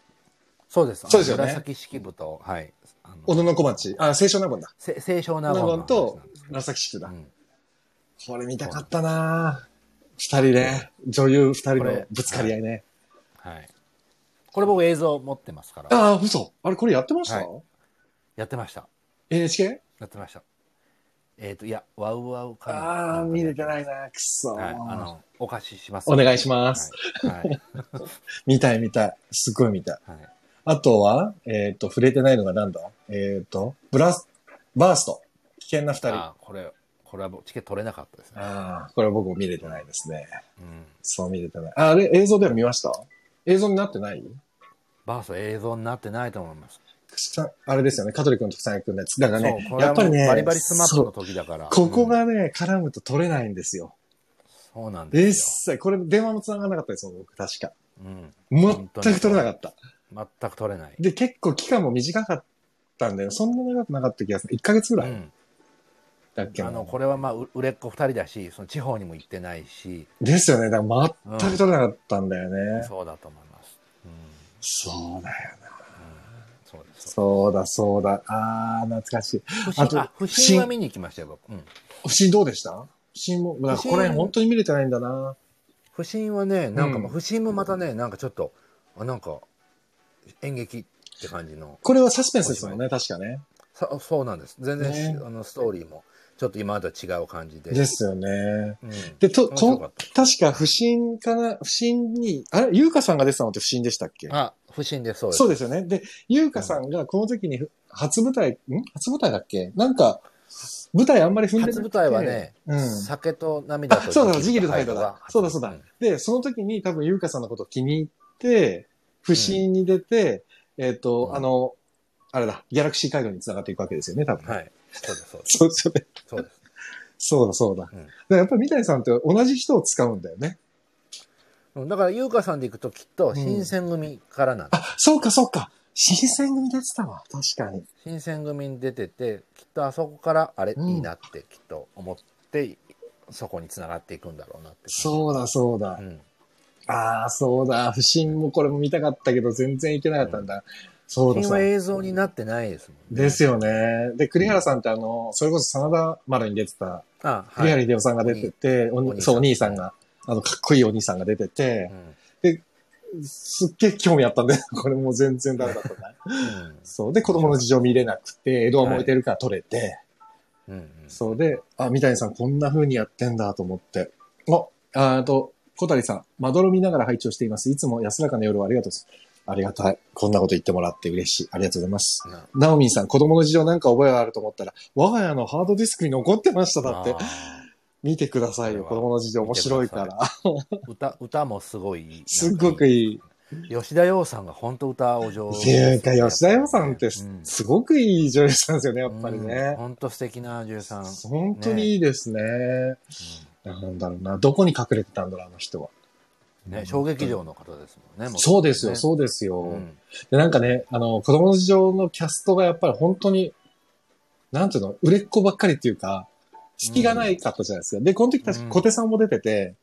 そうです。
そうですよね
あの紫式部と、はい。あ
小
の
野小町。あ、青少納言だ。
せ清少納
納言
言の話なん
と
ですけど
紫式部だ。
うん
これ見たかったなぁ二人ね。女優二人
こ
の
れ
ぶつかり合いね。
はい。これ僕映像持ってますから。
ああ、嘘。あれ、これやってました、
はいやってました。
?NHK?
やってました。えっ、と、いや、ワウワウか
ああ、見れてない
な。
なくそ、
はい、あの、お貸しします。
お願いします。
はい。はい。
見たい見たい。すごい見たい。
はい
あとは、えっ、と、触れてないのがなんだえっ、と、ブラス、バースト。危険な二人。あ
あーこれ、これは僕チケット取れなかったですね。
あー、これ僕も見れてないですね。
うん、
そう見れてない。あ、あれ、映像では見ました映像になってない
バース映像になってないと思います。
さあれですよね。香取君と草薙君のやつ。だからね
そう、これ
や
は
っぱ
も
り
う
ね、
バリバリスマップ
そ
の
う
時だから。
ここ
うん
がね、絡むと取れないんですよ。
そうなん
一
です
切、これ電話も繋がらなかったですよ、僕確か。
よ。うん。
全く取れなかった。
全く取れない。
で、結構期間も短かったんだよ。そんな長くなかった気がする。1ヶ月ぐ
う
らい
ん、
だっけな
あのこれはまあう売れっ子2人だしその地方にも行ってないし
ですよね。だから全く取れなかったんだよね。
そうだと思います、うん
そうだよ。
そうです
そ
そう
うだ、そうだ。あー、懐かしい。
です
あ
不
と
審あ不審は見に行きましたよ僕、うん、
不審どうでした不審も、なんかこれ本当に見れてないんだな。
不審はねなんかまあ
うん
不審もまたねなんかちょっとあなんか演劇って感じの
これはサスペンスですもんね、確かね。
さそうなんです全然し、
ね
あのストーリーもちょっと今までとは違う感じで
ですよね。
うん、
で、と、
面白か
と
っ、
確か不審かな、不審に、あれ、優香さんが出てたのって不審でしたっけ
たあ不審ですそうです
そうですよね。で、優香さんがこの時に初舞台、ん初舞台だっけなんか、舞台あんまり踏んでなくて
初舞台は、ね、
うん
酒と涙
あ、
と
そうだ、ジギルとハイド
が
だ。そうだ、そうだ。で、その時に多分優香さんのことを気に入って、不審に出て、えっと
う、ん
あの、あれだ、ギャラクシー街道に繋がっていくわけですよね、多分。
はいそうですそうです
そうそうだ、
そうです
そうだ、そうだ。だ
うん
からやっぱり三谷さんって同じ人を使うんだよね。
うんだから優香さんで行くときっと新選組からなんです、
あ、そうか、そうか。新選組出てたわ。確かに。
新選組に出ててきっとあそこからあれ、
うん
いいなってきっと思ってそこに繋がっていくんだろうなって
そうだ、そうだ
う。ん、
ああ、そうだ。不審もこれも見たかったけど、全然いけなかったんだ。そうだ、
新
そ
は
うだ。
映像になってないですもんね
ですよね。で、栗原さんってあの、それこそ真田丸に出てた、
あは
栗
い、
原秀夫さんが出てて、お
ん
にそう、お
お
兄
兄
さ
さん
んが、あの、かっこいいお兄さんが出てて
う、ん
すっげえ興味あったんだよ。これもう全然ダメだったな。
うん
そう。で、子供の事情見れなくて、江戸は燃えてるから取れて、
うんうん、
そうで、あ、三谷さんこんな風にやってんだと思って。お、ああと、小谷さん、まどろみながら拝聴しています。いつも安らかな夜をありがとうです。ありがたい。こんなこと言ってもらって嬉しい。ありがとうございます。
な
ナオミンさん、子供の事情なんか覚えがあると思ったら、我が家のハードディスクに残ってました。だって
あ、ー
見てくださいよ。
こ
子
れは
供の事情面白いか
見て
ら。
歌歌もすごい
すっごくい
い
い。
吉田羊さんが本当歌お上
っ
手
ていうか、吉田洋さんって
う
す
ん
すごくいい女優さんですよね、やっぱり
うん
ね。
本当素敵な女優さん、うん
本当にいいですね。なんだろうな。どこに隠れてたんだろう、あの人は。
ね、小劇場の方ですもんね。も
そうですよ、
ね
そうですよ、
うん
で。なんかね、あの、子供の事情のキャストがやっぱり本当に、なんていうの、売れっ子ばっかりっていうか、隙がないかったじゃないですか。で、この時確か小手さんも出てて、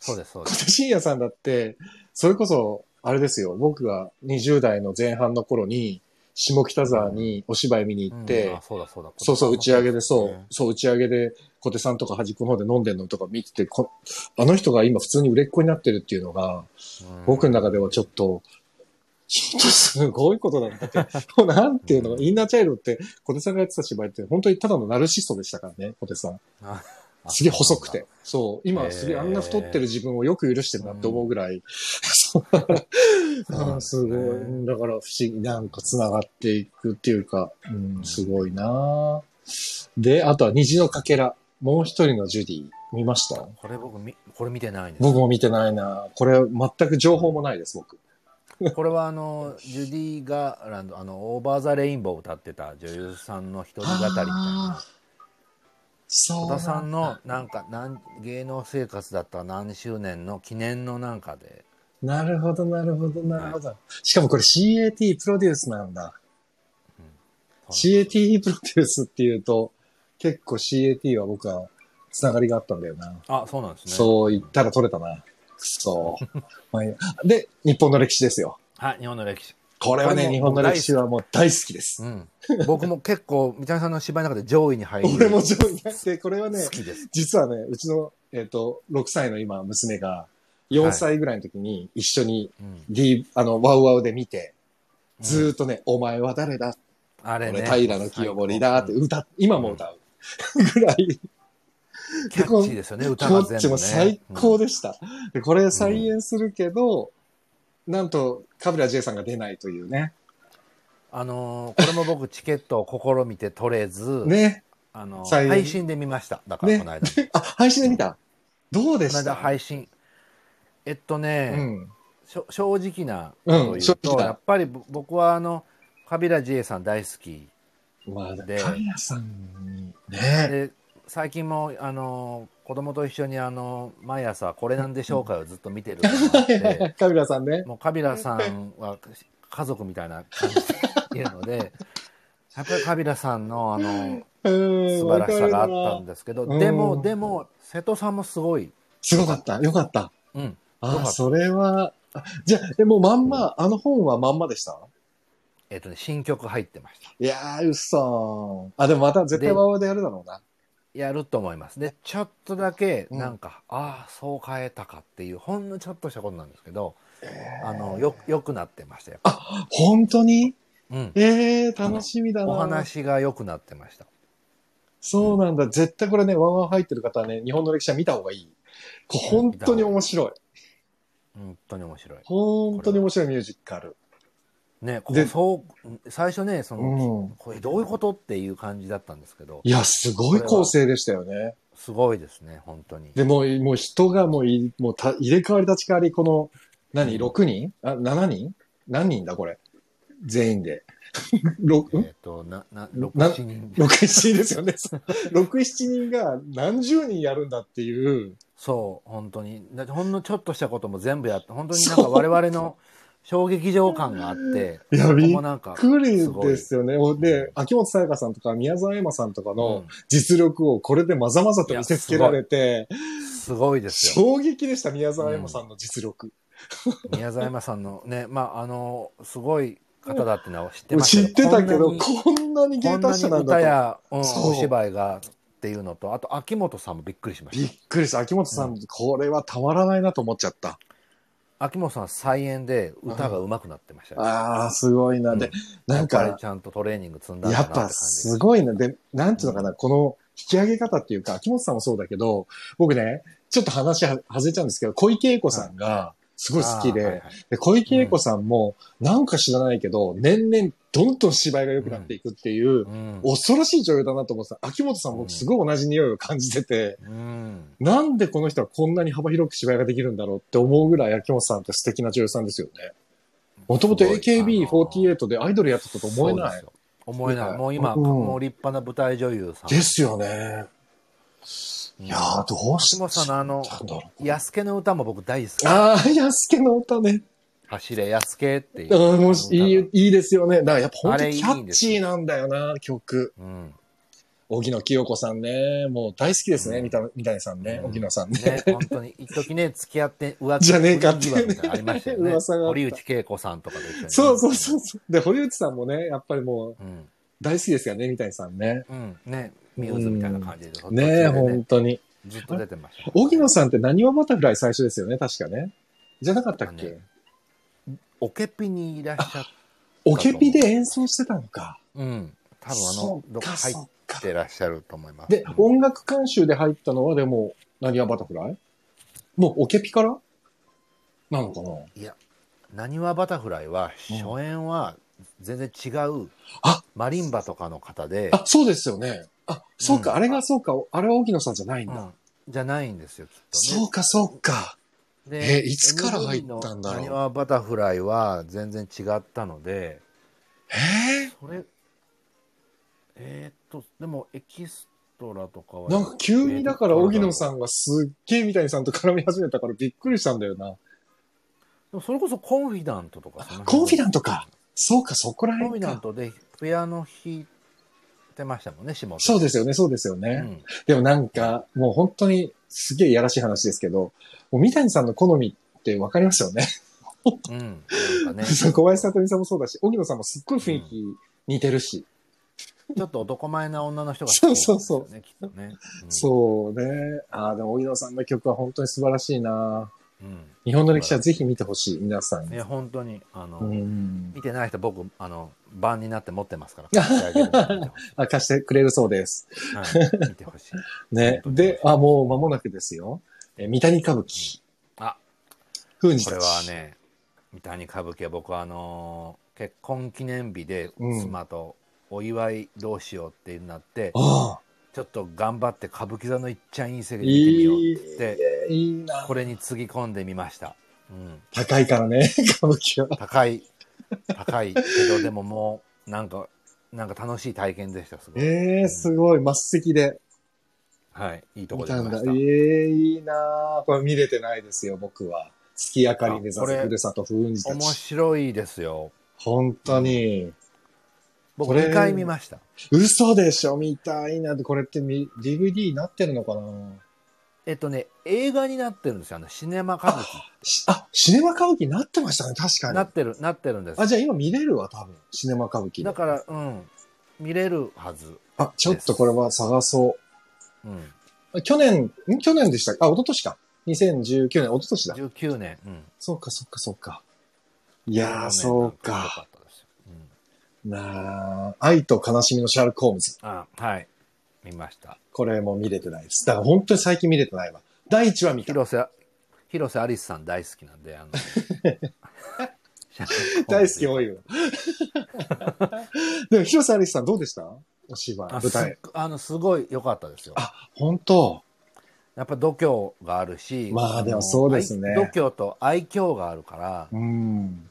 そうです、そうで
小
す。
手伸也さんだって、それこそ、あれですよ、僕が20代の前半の頃に、下北沢にお芝居見に行って、
うんあそうだ、そうだ。
そうそう、打ち上げで、そう、
ね
そう、打ち上げで、小手さんとか端っこの方で飲んでるのとか見てて、こあの人が今普通に売れっ子になってるっていうのが、
うん
僕の中ではちょっと、ちょっとすごいことなんだけど、 もうなんていうの、インナーチャイルドって、小手さんがやってた芝居って、本当にただのナルシストでしたからね、小手さん。
あ
すげえ細くて。。そう、今すげえあんな太ってる自分をよく許してるなって思うぐらい。
そうなん
あ
だ
ーすごい。うんだから不思議、なんか繋がっていくっていうか、うん、すごいなで、あとは虹のかけら。もう一人のジュディ。見ました
これ僕み、これ見てないんです。
僕も見てないなこれ全く情報もないです、僕。
これはあの、ジュディ・ガーランド、あの、オーバー・ザ・レインボーを歌ってた女優さんの一人語りみたい
あ
な。
そ
小田さんの、なんか、なん芸能生活だった何周年の記念のなんかで、
なるほど、なるほど、なるほど。しかもこれ CAT プロデュースなんだ。CAT プロデュースっていうと、結構 CAT は僕はつながりがあったんだよな。
あ、そうなんですね。
そう言ったら取れたな。くそ。まあいいやで、日本の歴史ですよ。
はい、日本の歴史。
これはね、
これも
日本の歴史はもう大好きです。
うん。僕も結構、三谷さんの芝居の中で上位に入る。
俺も上手になって、これはね、
好きです。
実はね、うちの、えっ、と、6歳の今、娘が、4歳ぐらいの時に一緒に、
うん、
D、あの、ワウワウで見て、ずーっとね、お前は誰だ
あれ
俺、
ね。
平の清盛だって
うん
歌っ、今も歌う。ぐらい、
キャッチーですよね、歌が
こ
全部、
っ
ね。
ちも最高
で、
でした。でこれ再演するけど、なんと、カブラ J さんが出ないというね。
あのーこれも僕チケットを試みて取れず、
ね。
あのー
最悪
配信で見ましただから
ね
この間、
あ、配信で見たどうで
この
した
間配信えっとね、
うん。
しょ正直なことを言うと、
うん正直だ
やっぱりぼ僕はあのカビラ J さん大好き
まあ、
で
神谷さんに、ね。
で最近もあの子供と一緒にあの毎朝「これなんでしょうか?」をずっと見てるのが あって
カブラさんね。
もうカビラさんは家族みたいな感じでいるの でやっぱりカビラさんのあの
うん。
素晴らしさが
わかる
あった
なん
ですけど
うん
でもでも瀬戸さんもすごい、
すごかった。よかった。
うん、よか
あ
っ
あ、
た
それは、あじゃあ、でもまんま、あの本はまんまでした
えっとね新曲入ってました
いやー、嘘。あ、でもまた絶対ワウワウでやるだろうな。
やると思いますでちょっとだけ
うん
なんか、ああそう変えたかっていうほんのちょっとしたことなんですけど
えー
あのよ良くなってましたよ、
本当に
うん、
ええー、楽しみだな。
お。話が良くなってました
そうなんだ。絶対これね、ワンワン入ってる方はね、日本の歴史は見た方がいい。こう本当に面白い。
本当に面白い
本当に面白いミュージカル。
ねこ
で
うそう最初ねその、
うん。
これどういうことっていう感じだったんですけど
いや、すごい構成でしたよね。
すごいですね本当に
でもう、もう人がもうい、もうた入れ替わり立ち替わり、この、何、6人あ、7人何人だ、これ。全員で。
えっ、
6、
となな
な
67人
6、7ですよね。6、7人が何十人やるんだっていう。
そう本当にだってほんのちょっとしたことも全部やって本当になんか我々の衝撃場感があって
いや
そこ
びっ
もなんか
くり
すごい
ですよね。で、秋元才加さんとか宮沢エマさんとか
う
の
ん
実力をこれでまざまざと見せつけられて、
すごいですよ。
衝撃でした、宮沢エマさんの実力。
宮沢山さんのね、まあ、あの、すごい方だっていうのは知って
もう
ま
知
す
ってたけど、
こんなに
こんなに芸達者
こ
なんだ
んなに歌
と。
や、うん、お
そう
芝居がっていうのと、あと秋元さんもびっくりしま
び
し
っくりした。秋元さん、これはたまらないなと思っちゃった。
た。秋元さん再演で歌が上手くなってましたよ。
ああ、すごいな。
うん
で、なん
やっぱり
か、
ちゃんとトレーニング積んだんだ
やっ
なって感
ぱ
じ。
すごいな。で、なんていうのかな、この引き上げ方っていうか、秋元さんもそうだけど、僕ね、ちょっと話は外れちゃうんですけど、小池栄子さんがすごい好き
あーはい
で
は、い
で小池栄子さんも、なんか知らないけど、年々どんどん芝居が良くなっていくっていう、
うん
恐ろしい女優だなと思ってた。秋元さんもすごい同じ匂いを感じてて、
うん。
なんでこの人はこんなに幅広く芝居ができるんだろうって思うぐらい秋元さんって素敵な女優さんですよね。もともと
すごいあの
AKB48 でアイドルやってたと思えな
そう
い
です。よ思えな
うん
い。もう今、
うん
もう立派な舞台女優さん。
ですよね。いやー、どうし
秋元さんのあの、
たんだろう。
安家の歌も僕大好き。
あー、やすけの歌ね。
走れ、安家ってい
あ
う。
ーもういい、
歌が
いいですよね。だからやっぱ本
あ
当
れいいん
キ
です
ャッチ
よ
ーなんだよな、曲。
うん。
荻野清子さんね。もう大好きですね、
うん
みた三谷さんね。
うん
荻野さんね。
ね、本当に、一時ね、付き合って、浮気
じゃねえかっていうね
みたいなのありましたよね。
噂があった
堀内恵子さんとかと一緒に、
そうそうそうそう。で、堀内さんもね、やっぱりもう
うん。
大好きですよね、三谷さんね。
うん。ね、ミューズみたいな感じで。
ねえ、
途中で
本当に。
ずっと出てました。
荻野さんって何はバタフライ最初ですよね、確かね。じゃなかったっ
あの
け
オケピにいらっしゃっ
オケピで演奏してたのか。
うん。多分あ
そ
の、
う
どっ
か、
か入
そ
っ
うか。
てらっしゃると思います。
で
う、ん
音楽監修で入ったのはでも、何はバタフライもうオケピからなのかない
や、なにわバタフライは、
うん
初演は全然違う
あ、
マリンバとかの方で、
あ、そうですよね。あ、そうか、
うん
あれがそうか、あれは荻野さんじゃないん
う
だ。
ん、じゃないんですよ、きっとね
そう。か、そうか。
で
えいつから入ったんだろう
MV のなにわバタフライは全然違ったので、
え
それ、えーっと、でもエキストラと
ー
かは。
なんか急にだから荻野さ
ん。
んがすっげえ三谷さんと絡み始めたからびっくりしたんだよな。
でもそれこそコンフィダントとかその辺
コンフィダントか。そうか、そこら
コンフ
辺
ィダン
か。
トでピアノ弾いてましたもんね、下。
そうですすよね、そうですよね。
うん
でもなんか、もう本当にすげえいやらしい話ですけど、もう三谷さんの好みってわかりますよね。
うん。なんか ね、
そう小林聡美さんもそうだし、荻野さんもすっごい雰囲気似てるし。
ちょっと男前な女の人が
そうそうそう
好きなんですよね、きっとね。うん
そうね。ああ、でも荻野さんの曲は本当に素晴らしいな。
うん。
日本の歴史はぜひ見てほしい、皆さん
ね、。本当に、あの、
うん
見。てない人僕、あの、晩になって持ってま すから、貸してあげるんで見てほしい
あ、貸してくれるそうです。
はい、見てほしい。
ね。で、あ、もう間もなくですよ。えー三谷歌舞伎。
あ、
風に
これはね、三谷歌舞伎は僕はあのー結婚記念日で妻とお祝いどうしようってなって、
ああ。
ちょっと頑張って歌舞伎座のいっちゃんいい席で見てみようって言って
いいいいな。
これにつぎ込んでみました、うん、
高いからね、 歌舞伎は。
高い高いけどでももうなんかなんか楽しい体験でしたすごい、
ええすごい。末席で
はいいいとこ
見
で
た
見
んだ。
まし
え
た
えいいな。これ見れてないですよ、僕は。月明かり目指す
あこれ
ふるさと風雲児た
面
ち。
白いですよ
本当に。
僕
これ
2回見ました
嘘でしょ、見たいなって。これってみ DVD になってるのかな
えっとね映画になってるんですよあのシネマ歌舞伎
しあ、シネマ歌舞伎になってましたね、確か
な
に。
ってるなってるんです
あ、じゃあ今見れるわ、多分。シネマ歌舞伎で。
だからうん見れるはず、
あ、ちょっとこれは探そ
うん、
う。去年、ん去年でしたっけあ、一昨年か。2019年、一昨年だ。
19年、うん、
そうか、そうか、そうか。い
い
やー、そうか。
ったですよ、うん
なあ愛と悲しみのシャーロック・ホームズ。
あはい見ました
これも見れてないです。だから本当に最近見れてないわ。第1話見た。
広瀬広瀬アリスさん大好きなんであの
大好き多いわ。 でも、広瀬アリスさんどうでしたお芝居、
あ
舞
すっ
台。
ごあのすごい良かったですよ
あ本当
やっぱ度胸があるし
まあ
の
でもそうですね
愛度胸と愛嬌があるから
うん。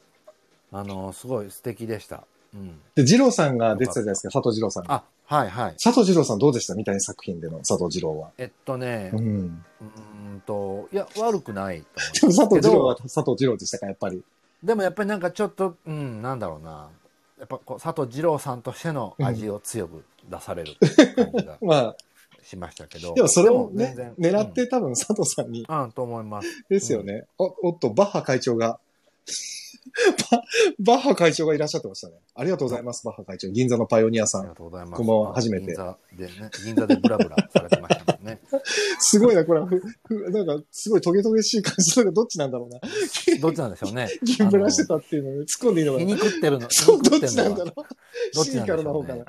あのすごい素敵でした、うん、
で、二郎さんが出てたじゃないですか、佐藤二郎さんが。
あはいはい
佐藤二郎さんどうでしたみたいな作品での佐藤二郎は。
えっとね
う。
うんーんといや悪くないと思
でも佐
うんですけど
藤二郎は佐藤二郎でしたか、やっぱり。
でもやっぱりなんかちょっと、うん、なんだろうな。やっぱこう佐藤二郎さんとしての味を強く出される感じが
まあ、
しましたけど。
でもそれをね
でも、全然
狙って、多分佐藤さんに
うん、うんと思います。
ですよね。お、おっと、バッハ会長が バ、バッハ会長がいらっしゃってましたね。ありがとうございます、バッハ会長。銀座のパイオニアさ
あり
ん
が。とうございます。
こんばんは初めて
銀座でね、銀座でブラブラされてましたもんね。
すごいな、これはふ、ふなんか、すごいトゲトゲしい感じのがどっちなんだろうな。
どっちなんでしょう ね。
銀ブラしてたっていうのに突っ込んでいい
あ
の
の
か
皮
な。
肉ってるの。
そう、
皮
どっ
肉
ち
て
な
る
ん
の
だ
は
ろう。
どっち
シ
な
ーカ
んでしょうね
ルの方かな。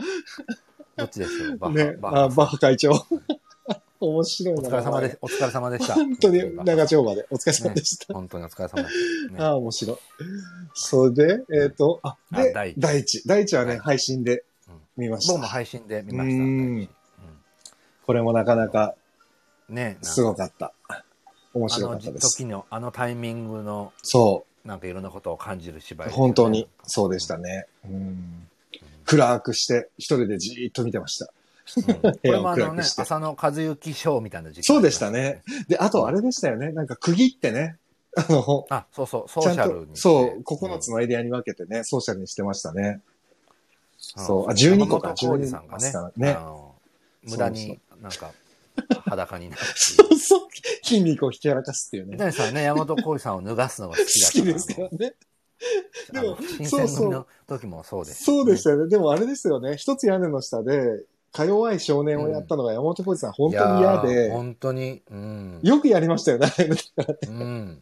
どっちでしょう。バッハ、
ね、
バッハ
あバッハ会長。面白いな。
お疲れ様で、お疲れ様でした。
本当に長丁場でお疲れ様でした。
本当にお疲れ様でしたね。
ああ、面白い。それで、えっ、と、あ、
あ
で、
第一
第一。第一はね、
はい
配信で
うん
見ました。
僕も配信で見ました。
う
うんん
これもなかなか
ね、
すごかった。面白かったで
あの時
す。
のあのタイミングの
そ
なんかいろんなことを感じる芝
う。
居ですよね、
本当に、そうでしたね。うん暗くして、一人でじーっと見てました。
うん、これもあ
部屋を 暗く
のね
して
浅野和之賞みたいな時期
そうでしたね。で、あとあれでしたよね。なんか区切ってね。あの、
あそうそうソー
ちゃ
シ
ん
ャルに
と、そう、9つのエリアに分けてね、ソーシャルにしてましたね。
うん
そう、あ、12個か、
山本浩二さん
12
が
個
ね
ね
あ。の無
そ
駄
う
になんか裸になるっ てい
そうそう、筋肉をひきやらかすっていう
う三
ね。
谷さんはね山本浩二さんを脱がすのが好
好
き
きで
だから
すからね。
あ
で
の
も
新
そう
選
そう
組の時もそうです、
そうでしたよね。でもあれですよね。一つ屋根の下で、か弱い少年をやったのが山本浩二さん、本当に嫌
いやー
で、
本当にうん、
よくやりましたよね。
うん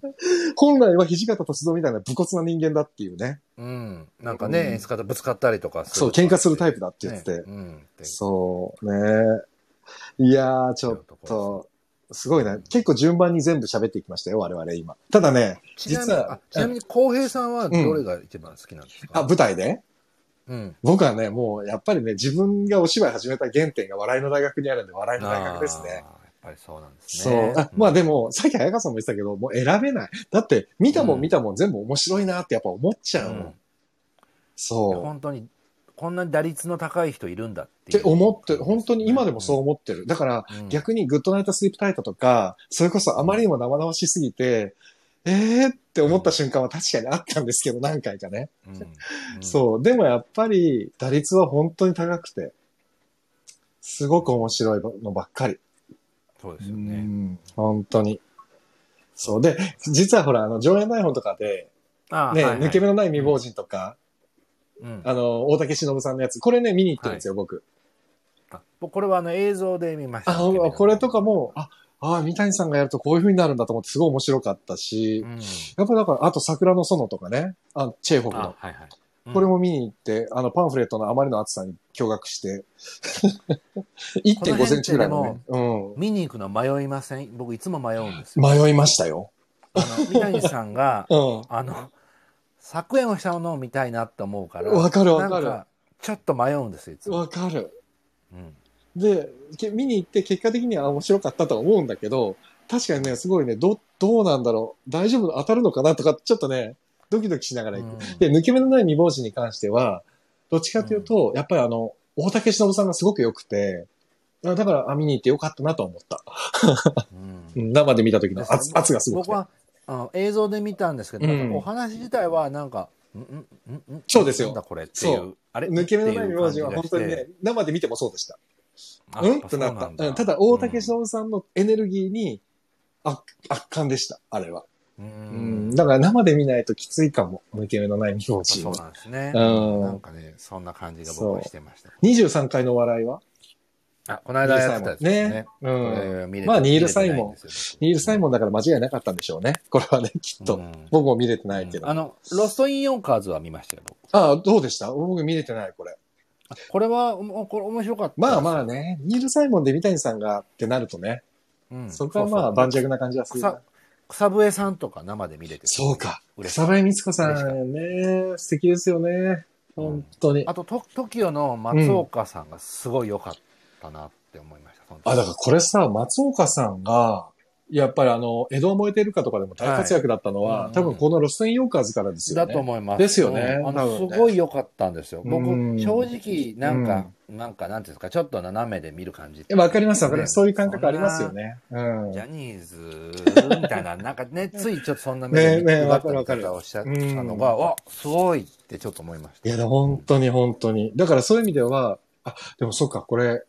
本来は土方歳三みたいな武骨な人間だっていうね。
うん、なんかね、演出家とぶつかったりとかする
そう、喧嘩するタイ
プ
プだって言って。
うん、って
そうね。いやー、ちょっと、すごいな。結構順番に全部喋っていきましたよ、我々今。ただね、
ちなみ
実
に、
は
あちなみに、浩平さんはどれが一番好きなんですか、
あ、舞台で
うん。
僕はね、もうやっぱりね、自分がお芝居始めた原点が笑いの大学にあるんで、笑いの大学です
あーや
ね
っ。ぱりそうなんです
そう
ね。。
あまあで
も、
も、さっき早川さんも言ってたけど、もう選べない。だって、見たも
うんん
見たもん全部面白いなってやっぱ思っちゃうもん。
うん
そう。
本当に、こんなに打率の高い人いるんだって
って
いう
思って、本当に今でもそう思ってる。だから、
うん、
逆にグッドナイトスリープタイトとか、それこそあまりにも生々しすぎて、えーって思った瞬間は確かにあったんですけど、何回かね。
うん、うん
そう。でもやっぱり、打率は本当に高くて、すごく面白いのばっかり。
そうで
う
すよね。
ん本当に。そう。で、実はほら、あの、上演台本とかで、
あー
ね、
はいはい
抜け目のない未亡人とか、
うん
あの、大竹しのぶさんのやつ、これね、見に行ってるんですよ、僕。
あ僕これはあの映像で見ました。
あ、これとか、も、あ、あ、三谷さんがやるとこういう風になるんだと思って、すごい面白かったし、
うん、
やっぱだから、あと桜の園とかね、あチェーホフ
あ
の。
はいはい。うん
これ、も見に行って、あの、パンフレットのあまりの厚さに驚愕 して、1.5センチぐらいのね、う
見に行くの迷いません僕いつも迷うんですよ。
ん。迷いましたよ。、
あの、三谷さんが
うん。
あの、昨夜の下ののを見たいなと思うから
わかるわかる
なんちょっと迷うんですよいつも、
わかる。
うん
で、け見に行って結果的にはあ面白かったとは思うんだけど、確かにね、すごいね、ど、どうなんだろう。大丈夫当たるのかなとか、ちょっとね、ドキドキしながら行く。で、抜け目のない未亡人に関しては、どっちかというと、やっぱりあの、大竹しのぶさんがすごく良くて、あだから、あ、見に行ってよかったなとは思った。
うん
うん生で見た時の圧圧がすごく
僕
て。
はあの映像で見たんですけど、
うん
なんかお話自体はなんか「んんんんん
そうですよ
なんだこれってい
そう
あれ
抜け目のない
って
未
う
亡
感
人
じ
は
が
本
して
当にね、生で見てもそうでした。
あ
う
や
ん
っぱ
と
そう
なっ
な
た。
ん
う
だ
んただ、大竹しのぶさんのエネルギーに圧圧巻でした、あれは。
うん
うん、だから生で見ないときついかも。抜け目のない未亡人
そう
は。
なんですね、
うん
なんかねそんな感じが僕はしてました
23回の笑いは
あこの間やってたやつですね
ねうん
これ見れて
まあニールサイモン
見れてないんですよ
ニール・サイモンだから間違いなかったんでしょうね。 これはね、きっと。
うん
僕も見れてないけど。
あのロスト・イン・ヨンカーズは見ましたよ僕
ああ、どうでした僕見れてない、これ。
これはおもこれ面白かった
まあまあね、ニール・サイモンで三谷さんがってなるとね、
うん
そこはまあ
そう
盤石な感じはする
草
な。
草笛さんとか生で見れて
そうか。
嬉しい
草笛光子さ
嬉しかっ
んね、素敵ですよね。
うん
本当に。
あと、と TOKIO の松岡さんがすごい良かったなって思いました。その時
あ、だからこれさ、松岡さんが、やっぱりあの、江戸を燃えてるかとかでも大活躍だったのは、
はい
多分このロストインヨーカーズからですよね。
だと思います。
ですよね
うんあ
多分
の
ね
すごい良かったんですよ。僕
うん、
正直、なんか、なんか、なんていうんですか、ちょっと斜めで見る感じ。
えわかりますわかります。そういう感覚
ね
ありますよ。ね。うん
そんな。ジャニーズみたいな、なんかね、ついちょっとそんな目で
ねね
奪った
わかる
見方をしちゃった
る
のが、わ、すごいってちょっと思いました。
いや、でも本当に本当に。だからそういう意味では、あ、でもそうか、これ、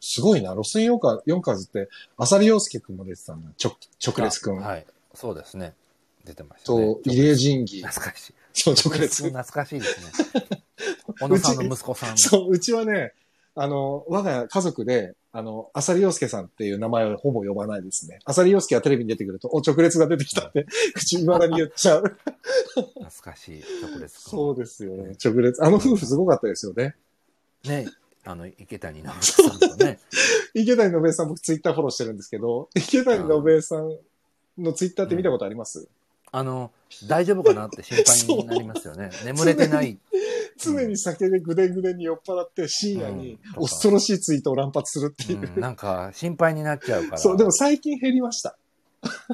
すごいな。ロスインヨーカーヨンカーズって、浅利陽介くんも出てたんだ。直、直列くん。
はい。そうですね。出てましたね。
と、入江仁義。
懐かしい。
そう、直列くん。
懐かしいです ね。小野さんの息子さん。
そう、うちはね、あの、我が家族で、あの、浅利陽介さんっていう名前をほぼ呼ばないですね。浅利陽介がテレビに出てくると、お、直列が出てきたって、口未だに言っちゃう。
懐かしい直列 君
そうですよね。直列。あの夫婦すごかったですよね。
ねあの池谷直樹さんとね
池谷信江さん僕ツイッターフォローしてるんですけど、池谷信江さんのツイッターって見たことあります、
あの大丈夫かなって心配になりますよ ね眠れてない
常に酒でぐでんぐでんに酔っ払って深夜に
うん
恐ろしいツイートを乱発するっていうう。
ん、なんか心配になっちゃうから
そう、でも最近減りました。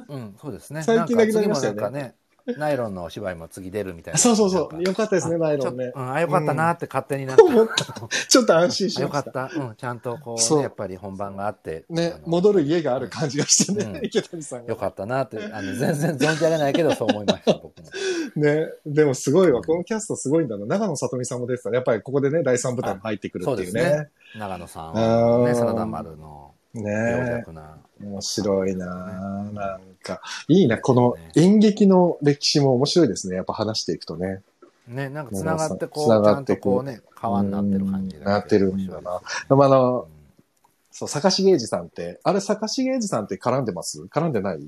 うんそうですね
最近だけなりましたよね
なんか次もなんかねナイロンのお芝居も次出るみたいな
そうそう
なん
そ
か
う。よかったですね、ナイロン
ちょ
ね
っと。うんあよかったなって勝手になった、
思ったちょっと安心し
あよ
まし。
かったた、うん、ちゃんとこう,、
そう
ね、やっぱり本番があって
ね
あ、の
戻る家がある感じがしてね、
うん
池谷さんが
よ。かったなってあの全然存じ上げないけどそう思いました僕も
ね、でもすごいわ。
うん
このキャストすごいんだな。長野里美さんも出てたね。やっぱりここでね、第3部隊も入ってくるっていう
あそう
ね。
長野さん
あ
はね
ー
真田丸の病
ね
弱な、
面白いなぁなんか、いいな、この
ね
演劇の歴史も面白いですね。やっぱ話していくとね。
ね、なんかつながってこう、ち
繋
ゃ
が
ん
って
と
いく
こうね、川になってる感じ
うんなってるんだなまああの、そう、坂重英二さんって、あれ坂重英二さんって絡んでます絡んでない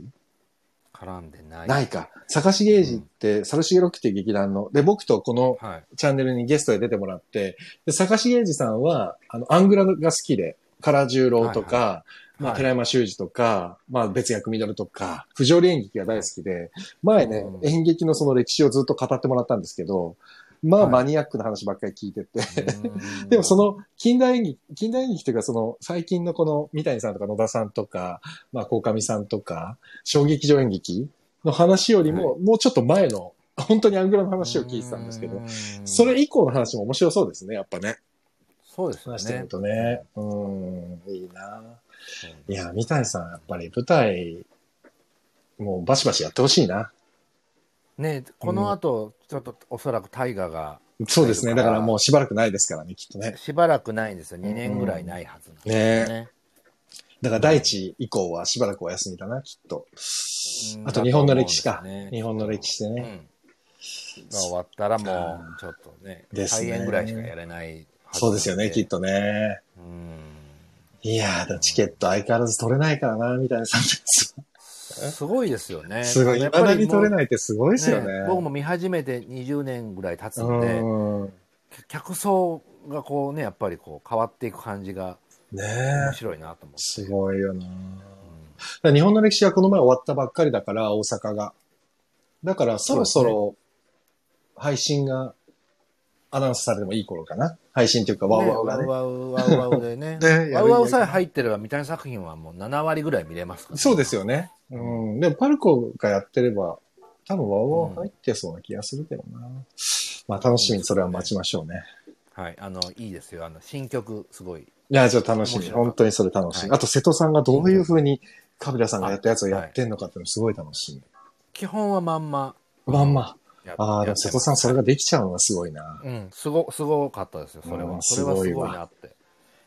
絡んでない。
ないか。坂重英二って、猿重ロッキっていう劇団の、で、僕とこの
はい。
チャンネルにゲストで出てもらって、で、坂重英二さんは、あの、アングラが好きで、唐十郎とか、
は
まあ、
はい
寺山修司とか、まあ、別役ミドルとか、不条理演劇が大好きで、前ね、
うん
演劇のその歴史をずっと語ってもらったんですけど、まあ、
はい
マニアックな話ばっかり聞いてて、
う ん
でもそ、の近代演劇、近代演劇というかその最近のこの三谷さんとか野田さんとか、まあ、鴻上さんとか、小劇場演劇の話よりも、もうちょっと前の、本当にアングラの話を聞いてたんですけど
う、ん
それ以降の話も面白そうですね、やっぱね。
そうですよね。
話してみるとね。うん、いいな
そうで
い
す
や、三谷さん、やっぱり舞台、もうバシバシやってほしいな。
ね、この後、ちょっとおそらく大河が
そうですね。だからもうしばらくないですからね、きっとね。
しばらくないんですよ。2年ぐらいないはずなんですよね。
だから第一以降はしばらくお休みだな、きっと。
うん
あと日本の歴史か
だと思うんですよね
日本の歴史でね。
うんが終わったらもう、ちょっとね、
ですね
再演ぐらいしかやれないはず
そうですよね、きっ
と。
とね。
うん
いやー、だチケット相変わらず取れないからな、みたいなさんです。
すごいですよね。
すごい。
やっ
未
ぱり
だに取れ
もう
ないってすごいですよね。
僕も見始めて20年ぐらい経つんで、
うん。
客層がこうね、やっぱりこう変わっていく感じが
ね
面
え。
白いなと思って。
すごいよな
うん
だから日本の歴史はこの前終わったばっかりだから、大阪が。だからそろそろ、配信がアナウンスされてもいい頃かな。配信というか、ワウワウがね。。
ワウワウワウワウでね
ね
ワウワウさえ入ってれば、三谷作品はもう7割ぐらい見れますから、
そうですよね。うん。でも、パルコがやってれば、多分ワウワウ入ってそうな気がするけどな。まあ、楽しみにそれは待ちましょうね。
はい。あの、いいですよ。あの、新曲、すごい。
いや、ちょっと楽し
面
み。
白い
本当にそれ楽しみ。
は
あ
い
と、瀬戸さんがどういう風に、カビラさんがやったやつをやってんのかっていうのすごい楽しみ。
基本はまんま。
まんま。
やっ
ああ、でも瀬戸さんそれができちゃうのがすごいな。
うん、すご、すごかったですよ、それ
う
は。
ん
それ
す
はす
ごい
ご
わ
いなって。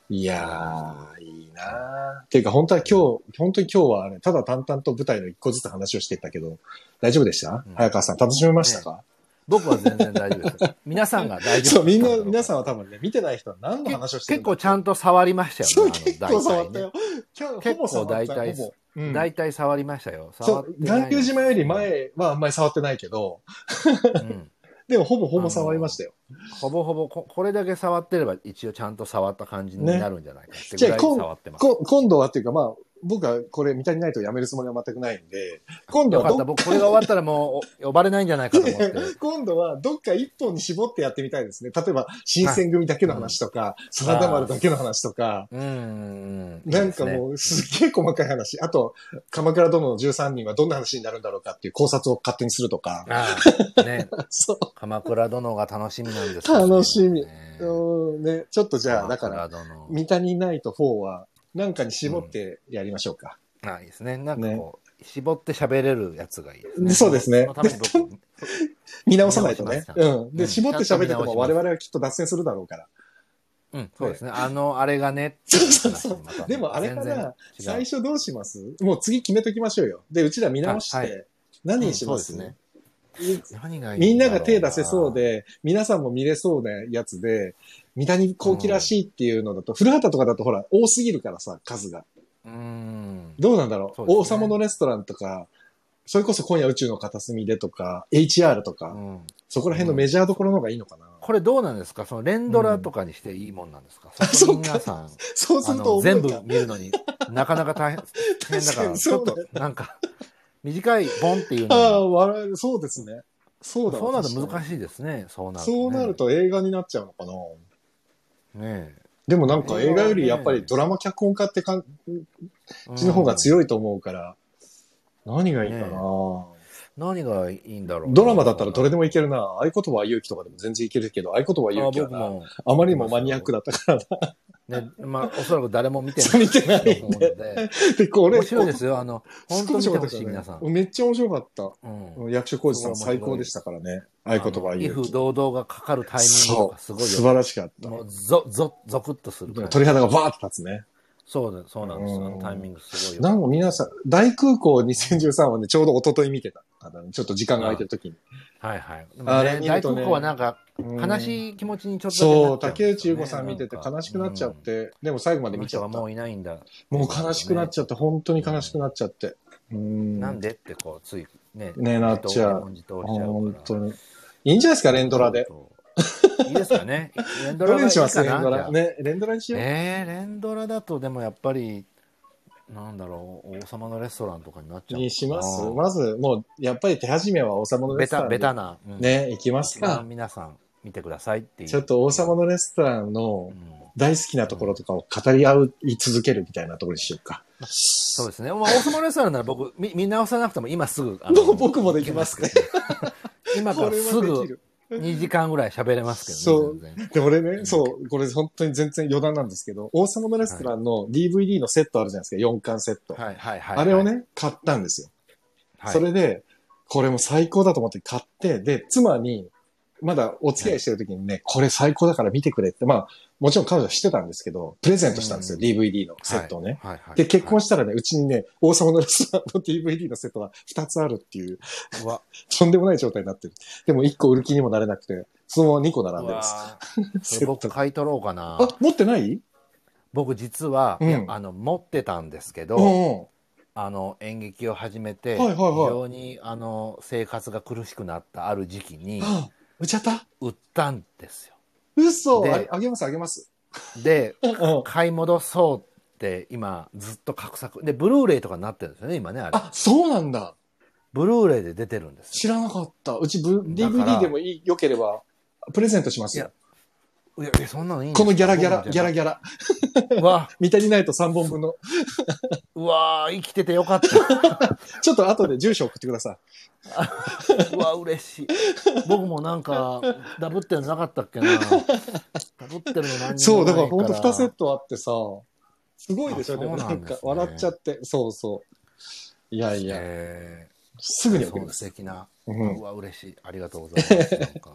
いやー、いいなーっていうか、本当は今日、本当に今日はあれ、ただ淡々と舞台の一個ずつ話をしていったけど、大丈夫でした、
うん
早川さん、楽しめましたか、
僕は全然大丈夫 です。皆さんが大丈
そ
夫
う、み
です
ん
か
な、皆さんは多分ね、見てない人は何の話をして
結
るの
構ちゃんと触りましたよ
そう、
ね。
結
あの
構触ったよ。。今日、ほぼ触った
結構大体
ほぼうん
大体ね大体触りましたよ。
そ
触って
う、
ないの
眼球島より。前はあんまり触ってないけど、
うん
でもほぼほぼ触りましたよ。
ほぼほぼこ、これだけ触ってれば一応ちゃんと触った感じになるんじゃないかって ぐ
じゃ
ら
あ
い
こん
触ってます。
こ今度はっていうか、まあ、僕はこれ、見たりないとやめるつもりは全くないんで、今度
よ
はど
かっ。
った
僕、これが終わったらもうお呼ばれないんじゃないかと 思って。
今度はどっか一本に絞ってやってみたいですね。例えば、新選組だけの話とか、サラダ丸だけの話とか、
うんうん。
なんか
いいですね
もうすっげえ細かい話。あと、鎌倉殿の13人はどんな話になるんだろうかっていう考察を勝手にするとか。
ああ、ね。
そ
鎌倉殿が楽しみなんです
楽しみ
ね
う。うんね、ちょっとじゃあ、だから、
鎌倉殿
三谷ナイト4は、なんかに絞ってやりましょうか。
あいいですね。なんかこう、絞って喋れるやつがいいですね。
そうですね
そのために僕、
見直さないとね
見直し。ます
うん。で、
うん
絞って喋ってて
ちゃんと見直
も
します
我々はきっと脱線するだろうから。
うん、そうですね。あの、あれがね、ってい話にまたね
でもあれか
全然違う
ら、最初どうしますもう次決めときましょうよ。で、うちら見直して、
あはい
何にします,、
うんそう何がいいだろう
みんなが手出せそう、で、皆さんも見れそうなやつで、三谷幸喜らしいっていうのだと、古畑とかだとほら、多すぎるからさ、数が。
うん。
どうなんだろう
そうですね
王様のレストランとか、それこそ今夜宇宙の片隅でとか、HR とか、
うん
そこら辺のメジャーどころの方がいいのかな。
これどうなんですかその連ドラとかにしていいもんなんですか、そこに皆さん、
そうす
あ
ると
の
重いか
全部見るのになかなか大変大変だか、
確からに
ち
そ
ょっ
うだよ
となんか、短いボンっていう
あ
の
あ、
に、
笑えるそうですね。そうだ
そうなると難
い。
しいですね。そうなると、ね。
そうなる。と映画になっちゃうのかな。
ね
でもなんか映画よりやっぱりドラマ脚本家って感
え。
じの方が
い。
強いと思うから、何がいいかな、
ねえ何がいいんだろう。
ドラマだったらどれでもいけ
る。
るな。合言葉は勇気とかでも全然いけるけど、合言葉は
あ
勇気は
僕
な。
も。
あまりにもマニアックだったからな。
ね、 まあ、おそらく誰も見て
見てな
ない
い ん
と思うん
で。
で。
で、これ、
面白いですよ。あの、本当に見てほしい、
面白
皆さ
かったね
ん。
めっちゃ面白かった。
うん。
役所広司さん最高でしたからね。合言葉は
威
勇
風
気。
堂々がかかるタイミング
そ
が
う。
す
素
ごい
晴
よ。
らしかった。
もう、ぞ、ぞ、ゾクッとする感じ。
鳥肌がバーって立つね。
そうだ、そうなんですよ。
うん
あのタイミングすごいよ。
なんか皆さん、大空港2013はね、ちょうど一昨日見てたからね。ちょっと時間が空いてる時に。
はいはい。で
あ
も
れ
ね、
見る
大
とね
空港はなんか、
うん
悲しい気持ちにちょっとだけ
そ
な
う、竹
っちゃんです
内
よ
優
ね
子さん見てて
なんか
悲しくなっちゃって、でも最後ま
うん
で
この
見ちゃ
人
った。
はも
も
ういないんだ。
う悲しくなっちゃって、本当に悲しくなっちゃって。うん。
なんでってこう、つい、ね。
ねなっちゃう
自動自動しちゃうから
本当に。いいんじゃないですか、レンドラで。
そう。いいですかね。レン
ど
ドラが
れ
いい
にし
か
ますレンド
な
ラ。。ね、レンドラにし
じゃ
よう。
あえー、レンドラだとでもやっぱり、なんだろう、王様のレストランとかになっちゃうのかな。
にしますまず、もう、やっぱり手始めは王様のレ
ベ
ストラ
タ、
ン。
ベタ。な。うん、
ね、行きます
まあ
か。
皆さん見てくださいっていう。
ちょっと王様のレストラン
う
の
ん
大好きなところとかを語り合い続けるみたいなところにしようか。
そうですね。まあ、王様のレストランなら僕、み見直さなくても今すぐ。あの
どう 僕もできますね。
今からすぐ。2時間ぐらい喋れますけどね。
そう
全然
で、俺ね、そう、これ本当に全然余談なんですけど、王様のレストランの DVD のセットあるじゃないですか、4巻セット。
はいはいはい。
あれを、ね、買ったんですよ。
はい、
それで、これも最高だと思って買って、で、妻に、まだお付き合いしてる時にね、これ最高だから見てくれって、まあ、もちろん彼女はしてたんですけど、プレゼントしたんですよ、
うん
DVD のセットをね。
はいはい。
で、結婚
し
したらね、うちにね、王様のレストランの DVD のセットが2つあるっていう、
て、うわ
とんでもない状態になってる。でも1個売る気にもなれなくて、そのまま2個並ん
う
でます。
わ そ
セット
れ僕
が。
買い取ろうかな
あ。、持ってない
僕実は、
うん
いやあの持ってたんですけど、
うんうん。
あの演劇を始めて、
はいはいはい
非常にあの生活が苦しくなったある時期に
あ売っちゃった
売ったんですよ。
嘘
で
ああげますあげます。
で
うんうん
買い戻そうって今ずっと画策でブルーレイとかになってるんですよね今ねあれ
あ、そうなんだ。
ブルーレイで出てるんです
知らなかった。うちブ
だから
DVD でもいい、良ければ、プレゼントしますよ。
いやいやそんなのいいんです
こ
よ
のギャラギャラ、ギャラギャラ。
うわ
見足りないと3本分の。
うわ生きててよかった
ちょっと後で住所送ってください。
うわ嬉しい僕もな んかダブってるのなかったっけなダブってるの何にもない
そう、だから本当2セットあってさ、すごいでしょ、
あ
でも
そ
な
うなんんですね
か笑っちゃって、そうそう。いやいや、
え
す
ー
ぐに送り
そう
ま
素
す。
敵な
うん
うわ嬉しいありがとうございますなんか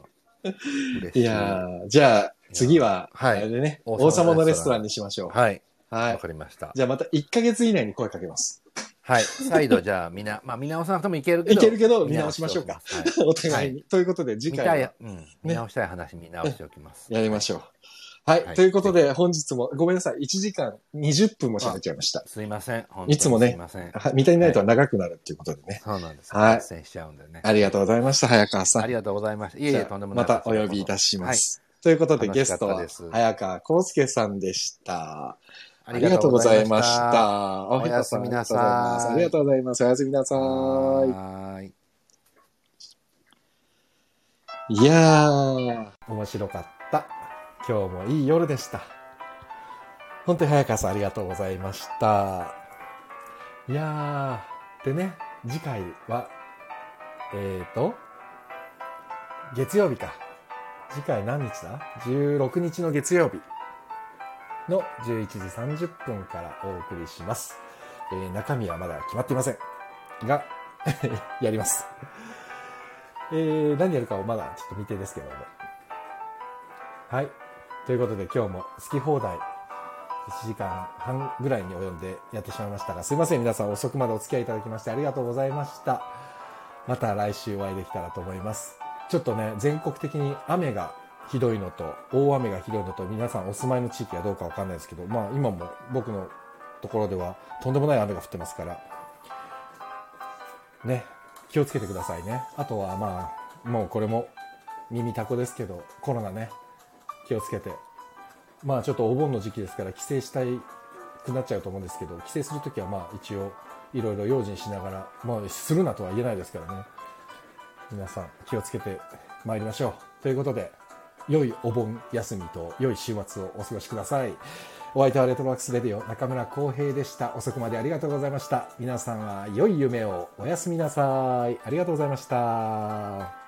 嬉し
い
い
やーじゃあ次は、あ
はい
れでね、王様
王様
の
の
レ
レ
ス
ス
ト
ト
ラ
ラ
ン
ン
にしましょう。
はい
は
わ
い
か。りました
じゃあまた1ヶ月以内に声かけます。
はい再度じゃあ見なまあ見直さなくてもいけるけど
いけるけど見直しましょうか
見直しておきますはい
お互いに。ということで、次
見
回
た、
はい
うん、見直したい話見直しておきます。
やりましょう。はい。
はい
ということで、本日もごめんなさい。1時間20分も喋っちゃいました。
すいません。本当に
いつもね
すいません。
はい見たりないとは長くなるっていうことでね。
そうなんです。
はい
脱線しちゃうんでね。
ありがとうございました、早川さん
あ。りがとうございました。いえい
じゃ
え、
あ
とんでもな
ま
いです。
たお呼びいたしま
はい。
す。ということで、ゲ
楽しか
ス
った
トは
です、
早川康介さんでした。
あ
ありがとうございまし
りがとう
た。
おやすみなさい
ありがとうございますありがとうございます。おやすみなさ
ござい
い
ま。したはーい。
いやー、
面白かった。今日もいい夜でした。本当に早川さんありがとうございました。いやー、でね、次回は、えーと、月曜日か。次回何日だ ?16 日の月曜日の11時30分からお送りします。えー中身はまだ決まっていません。が、 やります。えー何やるかをまだちょっと未定ですけども。はい。ということで今日も好き放題1時間半ぐらいに及んでやってしまいましたが、すいません皆さん遅くまでお付き合いいただきましてありがとうございました。また来週お会いできたらと思います。ちょっとね、全国的に雨がひどいのと、大雨がひどいのと、皆さんお住まいの地域がどうかわかんないですけど、まあ今も僕のところではとんでもない雨が降ってますから、ね、気をつけてくださいね。あとはまあ、もうこれも耳たこですけど、コロナね、気をつけて。まあちょっとお盆の時期ですから帰省したいくなっちゃうと思うんですけど、帰省するときはまあ一応いろいろ用心しながら、まあするなとは言えないですからね。皆さん気をつけて参りましょう。ということで、良いお盆休みと良い週末をお過ごしください。お相手はレトロワークスレディオ中村浩平でした。遅くまでありがとうございました。皆さんは良い夢をおやすみなさい。ありがとうございました。